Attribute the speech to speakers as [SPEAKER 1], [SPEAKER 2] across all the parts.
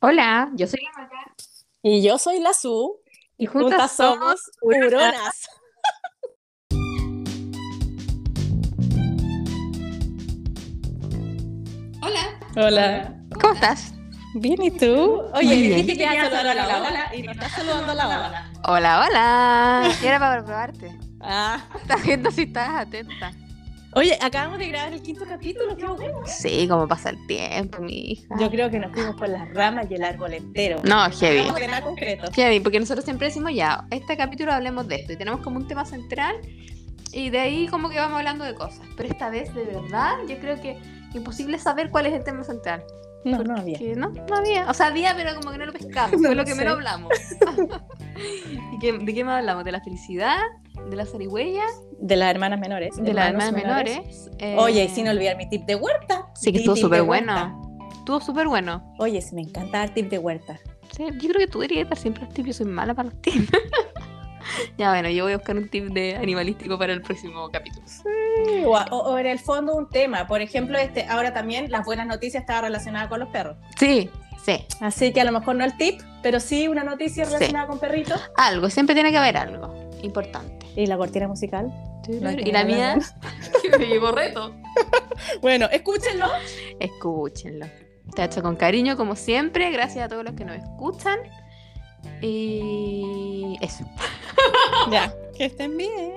[SPEAKER 1] Hola, yo soy la Maca.
[SPEAKER 2] Y yo soy la Su.
[SPEAKER 1] Y
[SPEAKER 2] Juntas somos Huronas.
[SPEAKER 1] Hola,
[SPEAKER 2] Hola.
[SPEAKER 1] ¿cómo estás?
[SPEAKER 2] Bien, ¿y tú?
[SPEAKER 1] Muy
[SPEAKER 2] Oye,
[SPEAKER 1] bien.
[SPEAKER 2] dijiste que ibas a saludar a la ola y nos estás saludando a la ola.
[SPEAKER 1] Hola, hola. Era para probarte.
[SPEAKER 2] Ah.
[SPEAKER 1] Estás viendo si estabas atenta.
[SPEAKER 2] Oye, acabamos de grabar el quinto capítulo, qué bueno.
[SPEAKER 1] Sí, como pasa el tiempo, mi hija.
[SPEAKER 2] Yo creo que nos fuimos por las ramas y el árbol entero.
[SPEAKER 1] No, heavy.
[SPEAKER 2] Hablamos de nada concreto.
[SPEAKER 1] Heavy, porque nosotros siempre decimos ya, este capítulo hablemos de esto. Y tenemos como un tema central. Y de ahí como que vamos hablando de cosas. Pero esta vez, de verdad, yo creo que imposible saber cuál es el tema central.
[SPEAKER 2] No, no había.
[SPEAKER 1] Que no, no había. O sea, había, pero como que no lo pescamos.
[SPEAKER 2] No
[SPEAKER 1] fue lo
[SPEAKER 2] lo
[SPEAKER 1] que
[SPEAKER 2] sé.
[SPEAKER 1] menos hablamos. ¿Y qué- ¿De qué más hablamos? ¿De la felicidad? ¿De la zarigüeya?
[SPEAKER 2] De las hermanas menores.
[SPEAKER 1] de las
[SPEAKER 2] hermanos
[SPEAKER 1] hermanas menores. eh,
[SPEAKER 2] Oye, y sin olvidar mi tip de huerta.
[SPEAKER 1] Sí, que
[SPEAKER 2] Mi
[SPEAKER 1] estuvo
[SPEAKER 2] tip de
[SPEAKER 1] súper
[SPEAKER 2] huerta.
[SPEAKER 1] bueno. Estuvo súper bueno.
[SPEAKER 2] Oye, sí, me encanta dar tip de huerta.
[SPEAKER 1] Sí, yo creo que tú deberías estar siempre al tip. Yo soy mala para los tips. ya, bueno, yo voy a buscar un tip de animalístico para el próximo capítulo.
[SPEAKER 2] Sí, O, o- o en el fondo un tema. Por ejemplo, este, ahora también las buenas noticias estaban relacionadas con los perros.
[SPEAKER 1] Sí, sí.
[SPEAKER 2] Así que a lo mejor no el tip, pero sí una noticia relacionada con perritos.
[SPEAKER 1] Algo, siempre tiene que haber algo importante.
[SPEAKER 2] Y la cortina musical. No hay que
[SPEAKER 1] y la
[SPEAKER 2] hablar,
[SPEAKER 1] mía, que me llegó reto.
[SPEAKER 2] Bueno, escúchenlo.
[SPEAKER 1] Escúchenlo. Está hecho con cariño, como siempre. Gracias a todos los que nos escuchan. Y eso.
[SPEAKER 2] Ya. Que estén bien.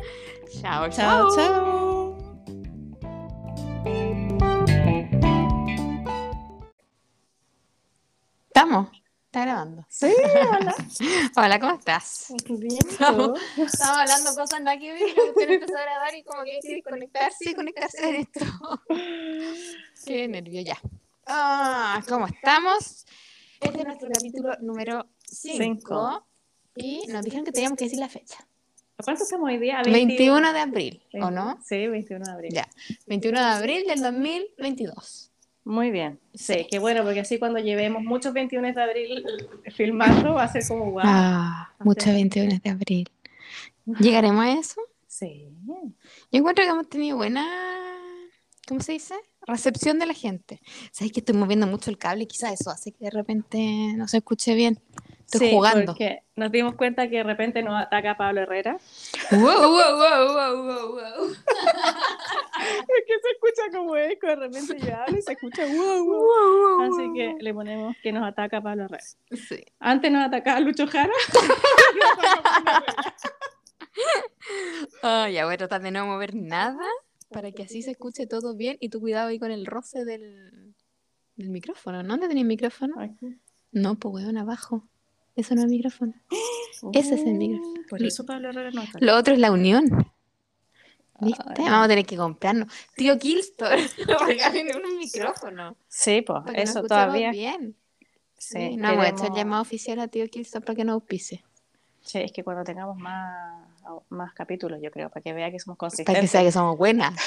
[SPEAKER 1] Chao,
[SPEAKER 2] Chao,
[SPEAKER 1] chao.
[SPEAKER 2] chao.
[SPEAKER 1] Estamos. Está grabando.
[SPEAKER 2] Sí, hola.
[SPEAKER 1] Hola, ¿cómo estás?
[SPEAKER 2] Bien,
[SPEAKER 1] Chao. Estaba hablando cosas nada que ver, la cuestión empezó a grabar y como que hay que desconectarse y conectarse de esto. Qué nervio ya. Ah, ¿cómo estamos? Este es nuestro capítulo número 5
[SPEAKER 2] Cinco.
[SPEAKER 1] y nos dijeron que teníamos que decir la fecha.
[SPEAKER 2] ¿Cuánto estamos hoy día?
[SPEAKER 1] 21 de abril, ¿o no?
[SPEAKER 2] Sí, 21 de abril.
[SPEAKER 1] Ya. 21 de abril del 2022.
[SPEAKER 2] Muy bien.
[SPEAKER 1] Sí.
[SPEAKER 2] Sí, qué bueno, porque así cuando llevemos muchos 21 de abril filmando va a ser como guau.
[SPEAKER 1] Ah, muchos 21 de abril. ¿Llegaremos a eso?
[SPEAKER 2] Sí.
[SPEAKER 1] Yo encuentro que hemos tenido buena, ¿cómo se dice? Recepción de la gente. Sabes que estoy moviendo mucho el cable, quizás eso hace que de repente no se escuche bien. Estoy
[SPEAKER 2] Sí,
[SPEAKER 1] jugando.
[SPEAKER 2] Porque nos dimos cuenta que de repente nos ataca Pablo Herrera.
[SPEAKER 1] Wow, wow, wow, wow, wow, wow.
[SPEAKER 2] Es que se escucha como eco, de repente yo hablo y se escucha uh, wow, wow. Así que le ponemos que nos ataca Pablo Herrera.
[SPEAKER 1] Sí.
[SPEAKER 2] Antes nos atacaba Lucho Jara.
[SPEAKER 1] Ah, ya voy a tratar de no mover nada para que así se escuche todo bien y tu cuidado ahí con el roce del, del micrófono. ¿No? ¿Dónde tenés micrófono? No, pues weón, abajo. Eso no es micrófono. Ese es el micrófono.
[SPEAKER 2] Por eso Pablo Herrera no ataca.
[SPEAKER 1] Lo otro es la unión. ¿Viste?
[SPEAKER 2] Ay.
[SPEAKER 1] Vamos a tener que comprarnos. Tío Kilstor, regalen un micrófono.
[SPEAKER 2] Sí, pues,
[SPEAKER 1] Para que nos
[SPEAKER 2] eso
[SPEAKER 1] escuchemos
[SPEAKER 2] todavía.
[SPEAKER 1] Bien.
[SPEAKER 2] Sí,
[SPEAKER 1] no hemos hecho el
[SPEAKER 2] queremos-
[SPEAKER 1] llamado oficial a Tío Kilstor para que nos auspice.
[SPEAKER 2] Sí, es que cuando tengamos más, más capítulos, yo creo, para que vea que somos
[SPEAKER 1] Para que
[SPEAKER 2] consistentes.
[SPEAKER 1] sea que somos buenas.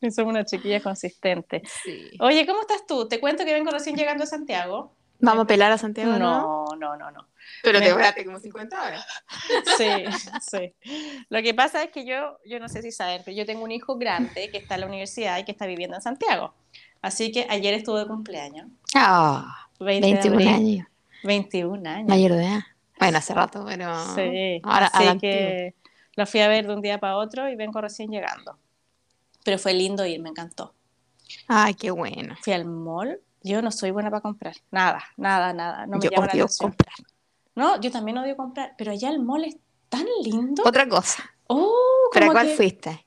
[SPEAKER 2] Que somos una chiquilla consistente.
[SPEAKER 1] Sí.
[SPEAKER 2] Oye, ¿cómo estás tú? Te cuento que vengo recién llegando a Santiago.
[SPEAKER 1] Vamos a pelar a Santiago, ¿no?
[SPEAKER 2] No, no, no, no.
[SPEAKER 1] Pero
[SPEAKER 2] Me-
[SPEAKER 1] demoraste como 50 horas.
[SPEAKER 2] Sí, sí. Lo que pasa es que yo, yo no sé si saben, pero yo tengo un hijo grande que está en la universidad y que está viviendo en Santiago. Así que ayer estuvo de cumpleaños.
[SPEAKER 1] Ah,
[SPEAKER 2] 20 de
[SPEAKER 1] 21
[SPEAKER 2] abril.
[SPEAKER 1] años.
[SPEAKER 2] 21 años.
[SPEAKER 1] Mayor de edad. Bueno, hace rato, pero.
[SPEAKER 2] Sí,
[SPEAKER 1] Ahora,
[SPEAKER 2] así
[SPEAKER 1] adelante.
[SPEAKER 2] que lo fui a ver de un día para otro y vengo recién llegando. Pero fue lindo ir, me encantó.
[SPEAKER 1] Ay, qué bueno.
[SPEAKER 2] Fui al mall, yo no soy buena para comprar, nada, nada, nada, no me
[SPEAKER 1] Yo
[SPEAKER 2] llama la
[SPEAKER 1] odio
[SPEAKER 2] atención.
[SPEAKER 1] comprar.
[SPEAKER 2] No, yo también odio comprar, pero allá el mall es tan lindo.
[SPEAKER 1] Otra cosa.
[SPEAKER 2] Oh,
[SPEAKER 1] ¿Para
[SPEAKER 2] como
[SPEAKER 1] cuál
[SPEAKER 2] que
[SPEAKER 1] fuiste?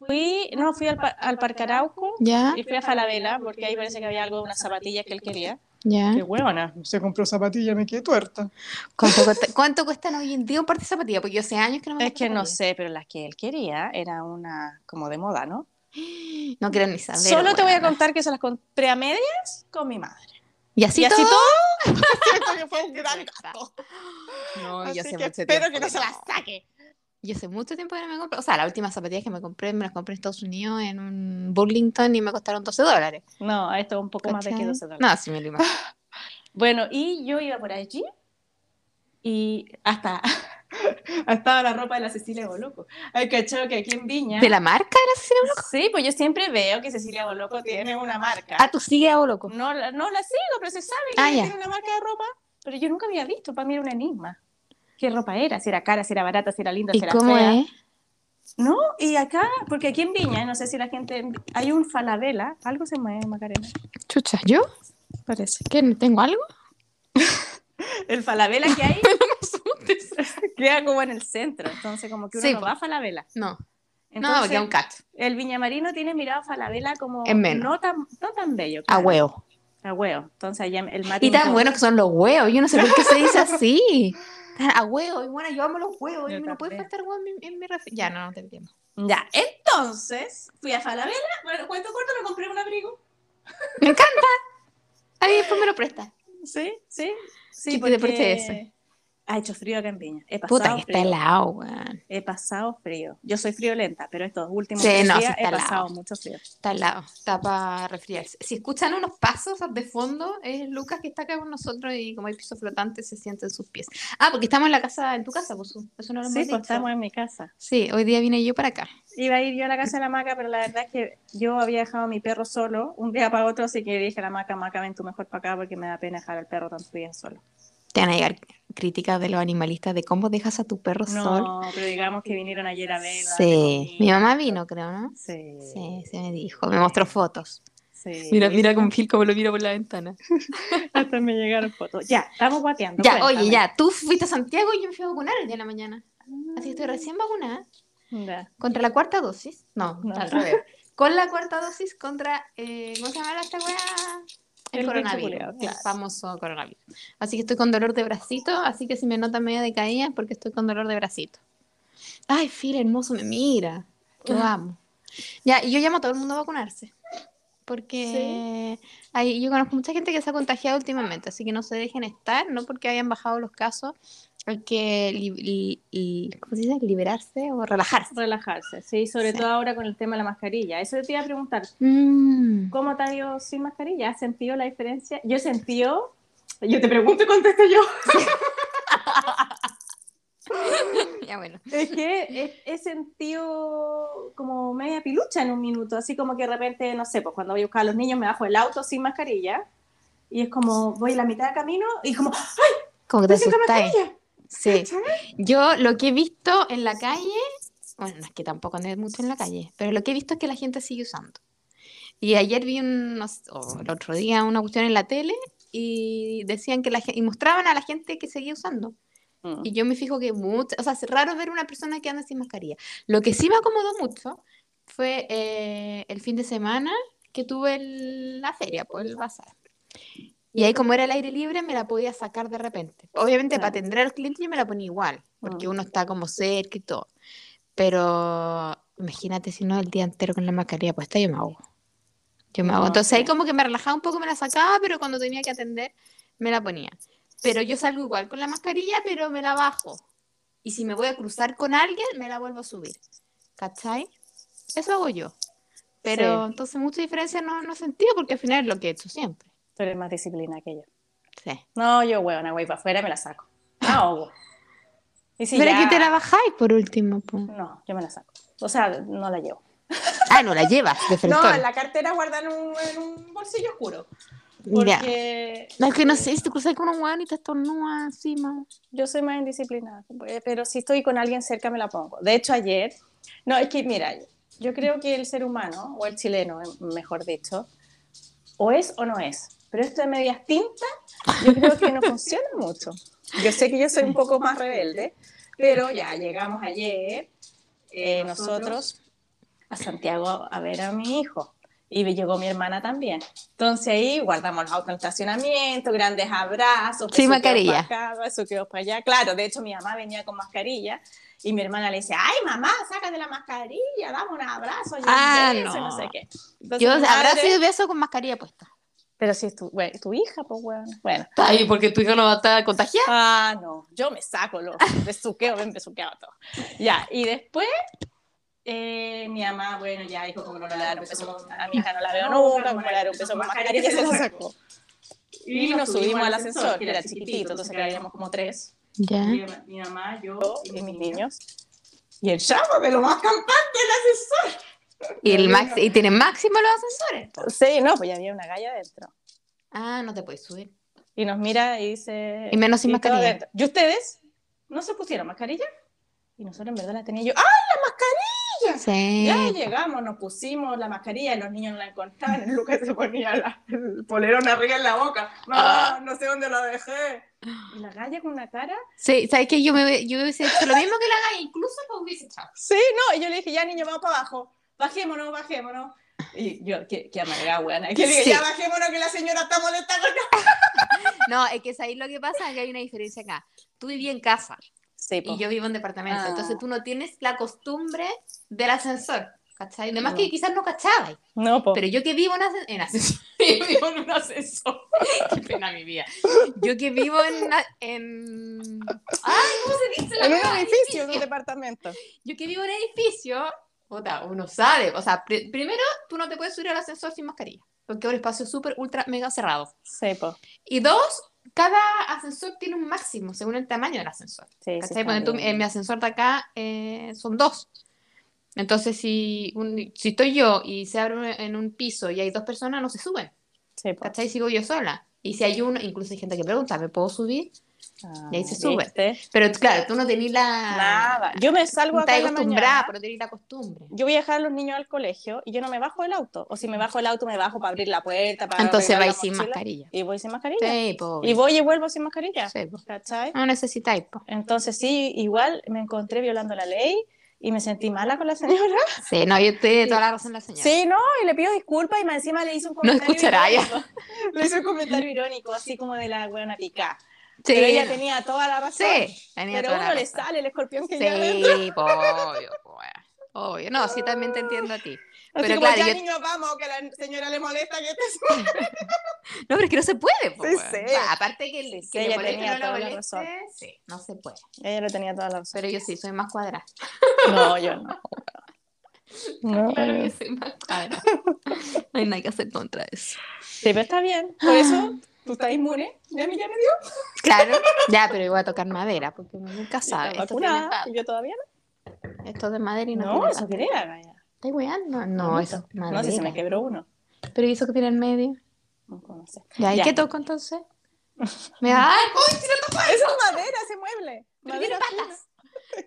[SPEAKER 2] fui? No, fui al, pa- al Parque Arauco
[SPEAKER 1] ¿Ya?
[SPEAKER 2] y fui a Falabella porque ahí parece que había algo de unas zapatillas que él quería.
[SPEAKER 1] ¿Ya?
[SPEAKER 2] Qué huevona.
[SPEAKER 3] se compró zapatilla, me quedé tuerta.
[SPEAKER 1] ¿Cuánto, cuesta- cuánto cuestan hoy en día un par de zapatillas? Porque yo hace años que no me
[SPEAKER 2] Es
[SPEAKER 1] compro
[SPEAKER 2] que no
[SPEAKER 1] zapatillas.
[SPEAKER 2] sé, pero las que él quería era una como de moda, ¿no?
[SPEAKER 1] No quiero ni saber.
[SPEAKER 2] Solo te voy a
[SPEAKER 1] weona.
[SPEAKER 2] contar que se las compré a medias con mi madre.
[SPEAKER 1] ¿Y así,
[SPEAKER 2] y así
[SPEAKER 1] todo?
[SPEAKER 2] todo. Siento que fue un gran gasto.
[SPEAKER 1] No,
[SPEAKER 2] Así
[SPEAKER 1] yo hace
[SPEAKER 2] que
[SPEAKER 1] mucho
[SPEAKER 2] espero
[SPEAKER 1] tiempo
[SPEAKER 2] que no se las saque.
[SPEAKER 1] Yo hace mucho tiempo que no me compré. O sea, las últimas zapatillas que me compré me las compré en Estados Unidos en un Burlington y me costaron 12 dólares.
[SPEAKER 2] No, esto es un poco más de que
[SPEAKER 1] ¿cachai?
[SPEAKER 2] 12 dólares.
[SPEAKER 1] No, sí me lo imagino.
[SPEAKER 2] Bueno, y yo iba por allí y hasta Ha estado la ropa de la Cecilia Boloco. Hay cachado que aquí en Viña.
[SPEAKER 1] ¿De la marca de la Cecilia
[SPEAKER 2] Sí, pues yo siempre veo que Cecilia Boloco Pues tiene una marca.
[SPEAKER 1] Ah, tú sigues a Boloco.
[SPEAKER 2] No, la- no la sigo, pero se sabe que
[SPEAKER 1] Ah,
[SPEAKER 2] ella
[SPEAKER 1] ya.
[SPEAKER 2] tiene una marca de ropa, pero yo nunca había visto, para mí era un enigma. ¿Qué ropa era? Si era cara, si era barata, si era linda, si
[SPEAKER 1] ¿Y
[SPEAKER 2] era
[SPEAKER 1] cómo
[SPEAKER 2] fea.
[SPEAKER 1] es?
[SPEAKER 2] No, y acá, porque aquí en Viña, no sé si la gente, en Vi- hay un falabella, algo se mueve Macarena,
[SPEAKER 1] Chucha, ¿yo?
[SPEAKER 2] parece.
[SPEAKER 1] ¿Qué? ¿No tengo algo?
[SPEAKER 2] El falabella que hay queda como en el centro, entonces como que uno
[SPEAKER 1] Sí,
[SPEAKER 2] no
[SPEAKER 1] po.
[SPEAKER 2] va a falabella.
[SPEAKER 1] No. no,
[SPEAKER 2] Entonces,
[SPEAKER 1] porque es un cat.
[SPEAKER 2] el viñamarino tiene mirado a falabella como
[SPEAKER 1] Es menos.
[SPEAKER 2] no tan no tan bello.
[SPEAKER 1] A
[SPEAKER 2] claro.
[SPEAKER 1] huevo.
[SPEAKER 2] A huevo. Entonces allá el mate
[SPEAKER 1] Y tan
[SPEAKER 2] dijo,
[SPEAKER 1] buenos que son los huevos. Yo no sé por qué se dice así. Tan A huevo. Y bueno, yo amo los huevos.
[SPEAKER 2] Yo
[SPEAKER 1] Y me no puede
[SPEAKER 2] también.
[SPEAKER 1] faltar huevo en mi, en mi refri- Ya, no, no te entiendo.
[SPEAKER 2] Ya, entonces fui a Falabella. Bueno, cuento corto, me compré un abrigo.
[SPEAKER 1] Me encanta. Ahí después me lo presta.
[SPEAKER 2] Sí, sí. Sí,
[SPEAKER 1] ¿Qué te deporte es ese?
[SPEAKER 2] Ha hecho frío acá en Viña. He pasado
[SPEAKER 1] Puta, que está
[SPEAKER 2] frío.
[SPEAKER 1] helado, weón.
[SPEAKER 2] He pasado frío. Yo soy friolenta, pero estos últimos
[SPEAKER 1] Sí,
[SPEAKER 2] tres
[SPEAKER 1] no, sí
[SPEAKER 2] días
[SPEAKER 1] está
[SPEAKER 2] he pasado
[SPEAKER 1] helado.
[SPEAKER 2] mucho frío.
[SPEAKER 1] Está helado. Está para resfriarse. Si escuchan unos pasos de fondo, es Lucas que está acá con nosotros y como hay piso flotante, se sienten sus pies. Ah, porque estamos en la casa, en tu casa, pues. Eso no lo hemos
[SPEAKER 2] Sí,
[SPEAKER 1] dicho.
[SPEAKER 2] pues estamos en mi casa.
[SPEAKER 1] Sí, hoy día vine yo para acá.
[SPEAKER 2] Iba a ir yo a la casa de la maca, pero la verdad es que yo había dejado a mi perro solo un día para otro, así que le dije a la maca, maca, ven tú mejor para acá porque me da pena dejar al perro tantos días solo.
[SPEAKER 1] Te van a llegar críticas de los animalistas de cómo dejas a tu perro solo.
[SPEAKER 2] No, pero digamos que vinieron ayer a verla.
[SPEAKER 1] Sí, mi mamá vino, creo, ¿no?
[SPEAKER 2] Sí.
[SPEAKER 1] Sí, se me dijo, me mostró fotos.
[SPEAKER 2] sí.
[SPEAKER 1] con Phil como lo mira por la ventana.
[SPEAKER 2] Hasta me llegaron fotos. Ya, estamos guateando. pues,
[SPEAKER 1] ya,
[SPEAKER 2] cuéntame.
[SPEAKER 1] oye, ya, tú fuiste a Santiago y yo me fui a vacunar el día de la mañana. Así que estoy recién vacunada
[SPEAKER 2] Ya.
[SPEAKER 1] contra la cuarta dosis. No,
[SPEAKER 2] No.
[SPEAKER 1] al revés. Con la cuarta dosis contra, eh, ¿cómo se llama esta weá? El,
[SPEAKER 2] El bicho
[SPEAKER 1] coronavirus,
[SPEAKER 2] culiao,
[SPEAKER 1] el
[SPEAKER 2] claro.
[SPEAKER 1] famoso coronavirus. Así que estoy con dolor de bracito, así que si me nota media decaída es porque estoy con dolor de bracito. Ay, Phil, hermoso, me mira. Lo
[SPEAKER 2] Ah.
[SPEAKER 1] amo. Ya, y yo llamo a todo el mundo a vacunarse. Porque hay- yo conozco mucha gente que se ha contagiado últimamente, así que no se dejen estar, no porque hayan bajado los casos, hay que li- li- li- ¿cómo se dice? liberarse o relajarse.
[SPEAKER 2] Relajarse, sí, sobre
[SPEAKER 1] Sí.
[SPEAKER 2] todo ahora con el tema de la mascarilla. Eso te iba a preguntar,
[SPEAKER 1] Mm.
[SPEAKER 2] ¿cómo te ha ido sin mascarilla? ¿Has sentido la diferencia? Yo he sentido, yo te pregunto y contesto yo.
[SPEAKER 1] Ya bueno.
[SPEAKER 2] Es que he- he, sentido como media pilucha en un minuto, así como que de repente, no sé, pues cuando voy a buscar a los niños me bajo el auto sin mascarilla y es como voy a la mitad de camino y como, ¡ay,
[SPEAKER 1] Como que te
[SPEAKER 2] sin la
[SPEAKER 1] asustáis.
[SPEAKER 2] mascarilla!
[SPEAKER 1] Sí. Yo lo que he visto en la calle, bueno, no es que tampoco andé mucho en la calle, pero lo que he visto es que la gente sigue usando. Y ayer vi un, no sé, o el otro día una cuestión en la tele y decían que la gente, y mostraban a la gente que seguía usando.
[SPEAKER 2] Mm.
[SPEAKER 1] Y yo me fijo que mucho, o sea, es raro ver una persona que anda sin mascarilla. Lo que sí me acomodó mucho fue eh, el fin de semana que tuve el- la feria, por el bazar. Y ahí como era el aire libre, me la podía sacar de repente. Obviamente
[SPEAKER 2] Claro.
[SPEAKER 1] para atender a los clientes yo me la ponía igual, porque
[SPEAKER 2] Mm.
[SPEAKER 1] uno está como cerca y todo. Pero imagínate si no el día entero con la mascarilla puesta, yo me hago. Yo me
[SPEAKER 2] No,
[SPEAKER 1] hago. Entonces ahí
[SPEAKER 2] sí.
[SPEAKER 1] como que me relajaba un poco, me la sacaba, pero cuando tenía que atender, me la ponía. Pero yo salgo igual con la mascarilla, pero me la bajo. Y si me voy a cruzar con alguien, me la vuelvo a subir. ¿Cachai? Eso hago yo. Pero
[SPEAKER 2] Sí.
[SPEAKER 1] entonces mucha diferencia no, no he sentido porque al final es lo que he hecho siempre.
[SPEAKER 2] Tú eres más disciplina que yo.
[SPEAKER 1] Sí.
[SPEAKER 2] No, yo huevona, güey, para afuera me la saco. Me ahogo. Y si
[SPEAKER 1] pero
[SPEAKER 2] ya-
[SPEAKER 1] aquí te la bajáis por último. po.
[SPEAKER 2] No, yo me la saco. O sea, no la llevo.
[SPEAKER 1] Ah, no, la llevas de frentón.
[SPEAKER 2] No, en la cartera guardan un, en un bolsillo oscuro.
[SPEAKER 1] Ya.
[SPEAKER 2] Porque
[SPEAKER 1] No, es que no sé, si te cruzas con un hueón y te estornuda encima.
[SPEAKER 2] yo soy más indisciplinada, eh, pero si estoy con alguien cerca me la pongo. De hecho, ayer, no, es que mira, yo creo que el ser humano, o el chileno, eh, mejor dicho, o es o no es. Pero esto de medias tintas, yo creo que no funciona mucho. Yo sé que yo soy un poco más rebelde, pero ya llegamos ayer eh, nosotros a Santiago a ver a mi hijo. Y llegó mi hermana también. Entonces ahí guardamos los autos en estacionamiento, grandes abrazos.
[SPEAKER 1] Sin
[SPEAKER 2] besuqueos
[SPEAKER 1] mascarilla.
[SPEAKER 2] pa' acá, besuqueos para allá. Claro, de hecho mi mamá venía con mascarilla y mi hermana le dice, ay mamá, sácate la mascarilla, dame un abrazo. y un
[SPEAKER 1] Ah,
[SPEAKER 2] beso",
[SPEAKER 1] no.
[SPEAKER 2] no sé qué. Entonces,
[SPEAKER 1] Yo
[SPEAKER 2] mi madre-
[SPEAKER 1] habrá sido beso con mascarilla puesta.
[SPEAKER 2] Pero si es tu, güey, tu hija, pues bueno. Bueno.
[SPEAKER 1] Está ahí porque tu hijo no va a estar contagiado.
[SPEAKER 2] Ah, no, yo me saco los besuqueo, me besuqueado todo. Ya, y después eh, mi mamá, bueno, ya dijo como no le voy a dar un beso, con- a mi hija no la veo nunca, como le voy a dar un beso con mascarilla, se la sacó. Y nos subimos al ascensor, que era chiquitito, entonces cabíamos como tres.
[SPEAKER 1] Ya.
[SPEAKER 4] Mi, mi mamá, yo
[SPEAKER 2] y
[SPEAKER 4] y
[SPEAKER 2] mis
[SPEAKER 4] mi niño.
[SPEAKER 2] niños. Y el chavo de lo más campante, el asesor.
[SPEAKER 1] Y, el max y tienen máximo los ascensores. po.
[SPEAKER 2] Sí, no, pues ya había una galla adentro.
[SPEAKER 1] Ah, no te puedes subir.
[SPEAKER 2] Y nos mira y dice.
[SPEAKER 1] Y menos sin
[SPEAKER 2] y todo
[SPEAKER 1] mascarilla.
[SPEAKER 2] adentro. ¿Y ustedes? ¿No se pusieron mascarilla? Y nosotros en verdad la tenía yo. ¡Ah!
[SPEAKER 1] Sí.
[SPEAKER 2] Ya llegamos, nos pusimos la mascarilla y los niños no la encontraban. El Lucas se ponía la- el polerón arriba en la boca. No, no sé dónde la dejé. Y la galla con una cara.
[SPEAKER 1] Sí, ¿sabes qué? Yo, me, hubie- yo hubiese hecho lo mismo que la galla, incluso lo hubiese echado.
[SPEAKER 2] Sí, no, y yo le dije, ya niño, vamos para abajo, bajémonos, bajémonos. Y yo, qué, qué amargada, weona. Y yo le dije,
[SPEAKER 1] Sí.
[SPEAKER 2] ya bajémonos que la señora está molesta con nosotros.
[SPEAKER 1] No, es que sabéis lo que pasa, que hay una diferencia acá. Tú viví en casa
[SPEAKER 2] Sí,
[SPEAKER 1] y yo vivo en departamento,
[SPEAKER 2] Ah.
[SPEAKER 1] entonces tú no tienes la costumbre del ascensor, ¿cachai? Además
[SPEAKER 2] No.
[SPEAKER 1] que quizás no cachabais,
[SPEAKER 2] No, po.
[SPEAKER 1] pero yo que vivo en, ascen- en ascensor, yo vivo en un ascensor, qué pena mi vida. Yo que vivo en... una- en... Ay, ¿cómo se dice la
[SPEAKER 2] en un
[SPEAKER 1] palabra?
[SPEAKER 2] edificio, en un departamento.
[SPEAKER 1] Yo que vivo en edificio, puta, uno sabe. O sea, pri- primero, tú no te puedes subir al ascensor sin mascarilla, porque es un espacio súper, ultra, mega cerrado.
[SPEAKER 2] Sí, po.
[SPEAKER 1] Y dos, cada ascensor tiene un máximo según el tamaño del ascensor.
[SPEAKER 2] Sí,
[SPEAKER 1] ¿Cachai? em- Ponte tú, en mi ascensor de acá eh, son dos. Entonces, si, un- si estoy yo y se abre un- en un piso y hay dos personas, no se suben.
[SPEAKER 2] Sí, po.
[SPEAKER 1] ¿Cachai? Sigo yo sola. Y si hay uno, incluso hay gente que pregunta, ¿me puedo subir? y ahí se
[SPEAKER 2] Ah,
[SPEAKER 1] sube.
[SPEAKER 2] ¿viste?
[SPEAKER 1] Pero claro, tú no tenés la...
[SPEAKER 2] Nada. Yo me salgo acá
[SPEAKER 1] Estás
[SPEAKER 2] en la
[SPEAKER 1] acostumbrada,
[SPEAKER 2] mañana.
[SPEAKER 1] pero no tenés la costumbre.
[SPEAKER 2] Yo voy a dejar a los niños al colegio y yo no me bajo del auto. O si me bajo del auto, me bajo para abrir la puerta, para
[SPEAKER 1] Entonces
[SPEAKER 2] arreglar la
[SPEAKER 1] vais sin
[SPEAKER 2] mochila.
[SPEAKER 1] mascarilla.
[SPEAKER 2] Y voy sin mascarilla.
[SPEAKER 1] Sí, po.
[SPEAKER 2] Y voy y vuelvo sin mascarilla.
[SPEAKER 1] Sí, po.
[SPEAKER 2] ¿Cachai?
[SPEAKER 1] No necesitáis, po.
[SPEAKER 2] Entonces sí, igual me encontré violando la ley y me sentí mala con la señora.
[SPEAKER 1] Sí, no, yo te toda la razón la señora.
[SPEAKER 2] Sí, no, y le pido disculpas y más encima le hice un
[SPEAKER 1] No
[SPEAKER 2] comentario
[SPEAKER 1] escuchará ya.
[SPEAKER 2] irónico. Le hice un comentario irónico, así como de la buena pica.
[SPEAKER 1] Sí,
[SPEAKER 2] Pero ella
[SPEAKER 1] no.
[SPEAKER 2] tenía toda la razón.
[SPEAKER 1] Sí, tenía
[SPEAKER 2] Pero
[SPEAKER 1] toda la
[SPEAKER 2] uno le
[SPEAKER 1] razón.
[SPEAKER 2] sale el escorpión que lleva dentro.
[SPEAKER 1] Sí, po, obvio, po, weá. Obvio. No, sí, también te entiendo a ti.
[SPEAKER 2] Así
[SPEAKER 1] Pero
[SPEAKER 2] como,
[SPEAKER 1] claro,
[SPEAKER 2] ya
[SPEAKER 1] yo-
[SPEAKER 2] niños, vamos, que a la señora le molesta que te
[SPEAKER 1] No, pero es que no se puede, po,
[SPEAKER 2] Sí,
[SPEAKER 1] weá.
[SPEAKER 2] sí.
[SPEAKER 1] O sea, aparte que, el-
[SPEAKER 2] Sí, sí,
[SPEAKER 1] que le
[SPEAKER 2] ella
[SPEAKER 1] moleste,
[SPEAKER 2] tenía
[SPEAKER 1] no la
[SPEAKER 2] toda la
[SPEAKER 1] moleste,
[SPEAKER 2] razón.
[SPEAKER 1] sí, no se puede.
[SPEAKER 2] Ella lo tenía toda la razón.
[SPEAKER 1] Pero yo sí, soy más cuadrada.
[SPEAKER 2] No, yo no. No,
[SPEAKER 1] Claro que
[SPEAKER 2] yo-
[SPEAKER 1] soy más cuadrada. No hay nada que hacer contra eso.
[SPEAKER 2] sí, pero está bien. Por eso, tú estás inmune. Ya a mí ya me dio.
[SPEAKER 1] Claro, ya, pero yo voy a tocar madera, porque uno nunca sabe.
[SPEAKER 2] Estás
[SPEAKER 1] Esto, tiene,
[SPEAKER 2] vacunada, y yo todavía
[SPEAKER 1] pa- esto es de madera y
[SPEAKER 2] no.
[SPEAKER 1] no,
[SPEAKER 2] No,
[SPEAKER 1] tiene
[SPEAKER 2] eso
[SPEAKER 1] pa-
[SPEAKER 2] crea, Gaya.
[SPEAKER 1] ¿Estáis weando? No, eso es madera.
[SPEAKER 2] No, si se me quebró uno.
[SPEAKER 1] Pero ¿y eso que tiene en medio?
[SPEAKER 2] No conoce.
[SPEAKER 1] ¿Ya? ¿Y
[SPEAKER 2] Ya.
[SPEAKER 1] qué toco entonces? Me va a dar.
[SPEAKER 2] Eso es madera, ese mueble.
[SPEAKER 1] Pero tiene
[SPEAKER 2] Madera fina.
[SPEAKER 1] patas.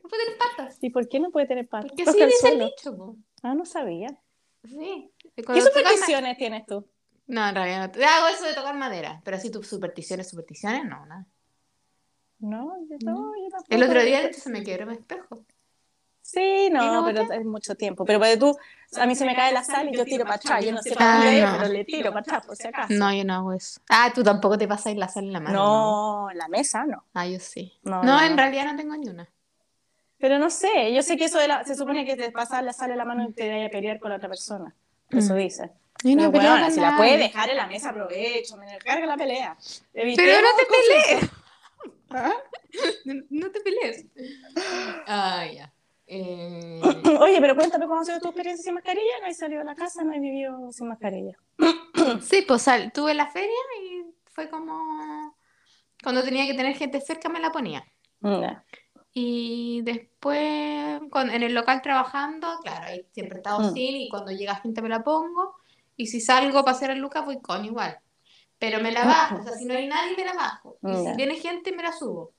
[SPEAKER 1] No puede tener patas.
[SPEAKER 2] ¿Y por qué no puede tener patas?
[SPEAKER 1] Porque
[SPEAKER 2] Toca
[SPEAKER 1] así
[SPEAKER 2] el
[SPEAKER 1] dice el
[SPEAKER 2] suelo.
[SPEAKER 1] dicho. po.
[SPEAKER 2] Ah, no sabía.
[SPEAKER 1] Sí. Y
[SPEAKER 2] ¿Qué
[SPEAKER 1] cuando tocas ma-
[SPEAKER 2] supersticiones tienes tú?
[SPEAKER 1] No, en realidad no. Te hago eso de tocar madera. Pero así tus supersticiones, supersticiones, no, nada.
[SPEAKER 2] No, yo, no, yo tampoco.
[SPEAKER 1] El otro día se me quebró mi espejo.
[SPEAKER 2] Sí,
[SPEAKER 1] ¿Y
[SPEAKER 2] no,
[SPEAKER 1] no
[SPEAKER 2] pero es mucho tiempo. Pero puede tú, a mí se me cae la sal y yo tiro para atrás. Yo no sé
[SPEAKER 1] Ah,
[SPEAKER 2] para dónde es,
[SPEAKER 1] no.
[SPEAKER 2] pero le tiro para atrás, por si acaso.
[SPEAKER 1] No, yo no hago eso. Ah, tú tampoco te pasas la sal en la mano.
[SPEAKER 2] No, la mesa no.
[SPEAKER 1] Ah, yo sí. No,
[SPEAKER 2] No, no, no.
[SPEAKER 1] en realidad no tengo ni una.
[SPEAKER 2] Pero no sé, yo sé que eso de la, se supone que te pasa la sal en la mano y te vaya a pelear con la otra persona. Eso
[SPEAKER 1] Mm.
[SPEAKER 2] dice.
[SPEAKER 1] Ay, no,
[SPEAKER 2] pero
[SPEAKER 1] peleo
[SPEAKER 2] bueno,
[SPEAKER 1] con
[SPEAKER 2] si la
[SPEAKER 1] nadie.
[SPEAKER 2] puede dejar en la mesa, aprovecho, me carga la pelea.
[SPEAKER 1] Pero no
[SPEAKER 2] Evitemos
[SPEAKER 1] te
[SPEAKER 2] cosas.
[SPEAKER 1] pelees.
[SPEAKER 2] ¿Ah?
[SPEAKER 1] No- No te pelees. Ah, ya. Eh,
[SPEAKER 2] Oye, pero cuéntame cómo ha sido tu experiencia sin mascarilla. No he salido de la casa, no he vivido sin mascarilla.
[SPEAKER 1] Sí, pues sal, tuve la feria y fue como cuando tenía que tener gente cerca me la ponía.
[SPEAKER 2] No.
[SPEAKER 1] Y después con- en el local trabajando, claro, ahí siempre he estado
[SPEAKER 2] Mm.
[SPEAKER 1] sin y cuando llega gente me la pongo. Y si salgo para hacer el Lucas voy con igual. Pero me la bajo, o sea, si no hay nadie me la bajo. Y si
[SPEAKER 2] Ya.
[SPEAKER 1] viene gente me la subo.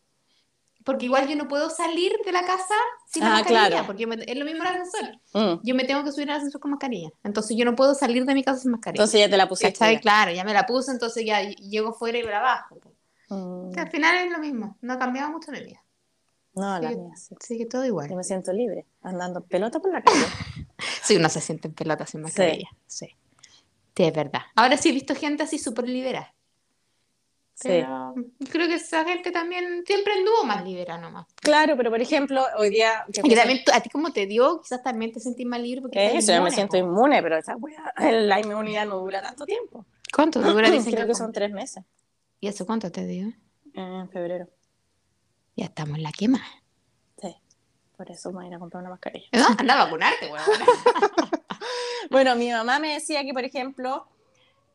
[SPEAKER 1] Porque igual yo no puedo salir de la casa sin la
[SPEAKER 2] Ah,
[SPEAKER 1] mascarilla,
[SPEAKER 2] claro.
[SPEAKER 1] porque me- es lo mismo el ascensor.
[SPEAKER 2] Mm.
[SPEAKER 1] Yo me tengo que subir al ascensor con mascarilla. Entonces yo no puedo salir de mi casa sin mascarilla.
[SPEAKER 2] Entonces ya te la pusiste.
[SPEAKER 1] ¿Cachai?
[SPEAKER 2] ya.
[SPEAKER 1] Claro, ya me la puse, entonces ya llego fuera y me la bajo. po.
[SPEAKER 2] Mm.
[SPEAKER 1] O sea, al final es lo mismo, no ha cambiado mucho mi vida.
[SPEAKER 2] No, la
[SPEAKER 1] Sí.
[SPEAKER 2] mía sí.
[SPEAKER 1] Así que todo
[SPEAKER 2] Yo
[SPEAKER 1] igual.
[SPEAKER 2] me siento libre, andando en pelota por la calle.
[SPEAKER 1] Sí, uno se siente en pelota sin mascarilla. Sí. sí. es verdad. Ahora sí he visto gente así súper liberal.
[SPEAKER 2] Sí.
[SPEAKER 1] Pero creo que esa gente también siempre anduvo más libera nomás.
[SPEAKER 2] Claro, pero por ejemplo, hoy día. que
[SPEAKER 1] Y que
[SPEAKER 2] fui-
[SPEAKER 1] también tú- a ti como te dio, quizás también te sentís más libre porque estás
[SPEAKER 2] Eso, yo me
[SPEAKER 1] inmune,
[SPEAKER 2] siento
[SPEAKER 1] po.
[SPEAKER 2] inmune, pero esa wea- la inmunidad no dura tanto tiempo.
[SPEAKER 1] ¿Cuánto te dura? Dicen
[SPEAKER 2] Creo
[SPEAKER 1] que
[SPEAKER 2] que son tres meses,
[SPEAKER 1] ¿Y eso cuánto te dio?
[SPEAKER 2] en febrero.
[SPEAKER 1] Ya estamos en la quema.
[SPEAKER 2] Sí. Por eso vamos a ir a comprar una mascarilla.
[SPEAKER 1] ¿No? Anda a vacunarte, weón.
[SPEAKER 2] Bueno, mi mamá me decía que, por ejemplo,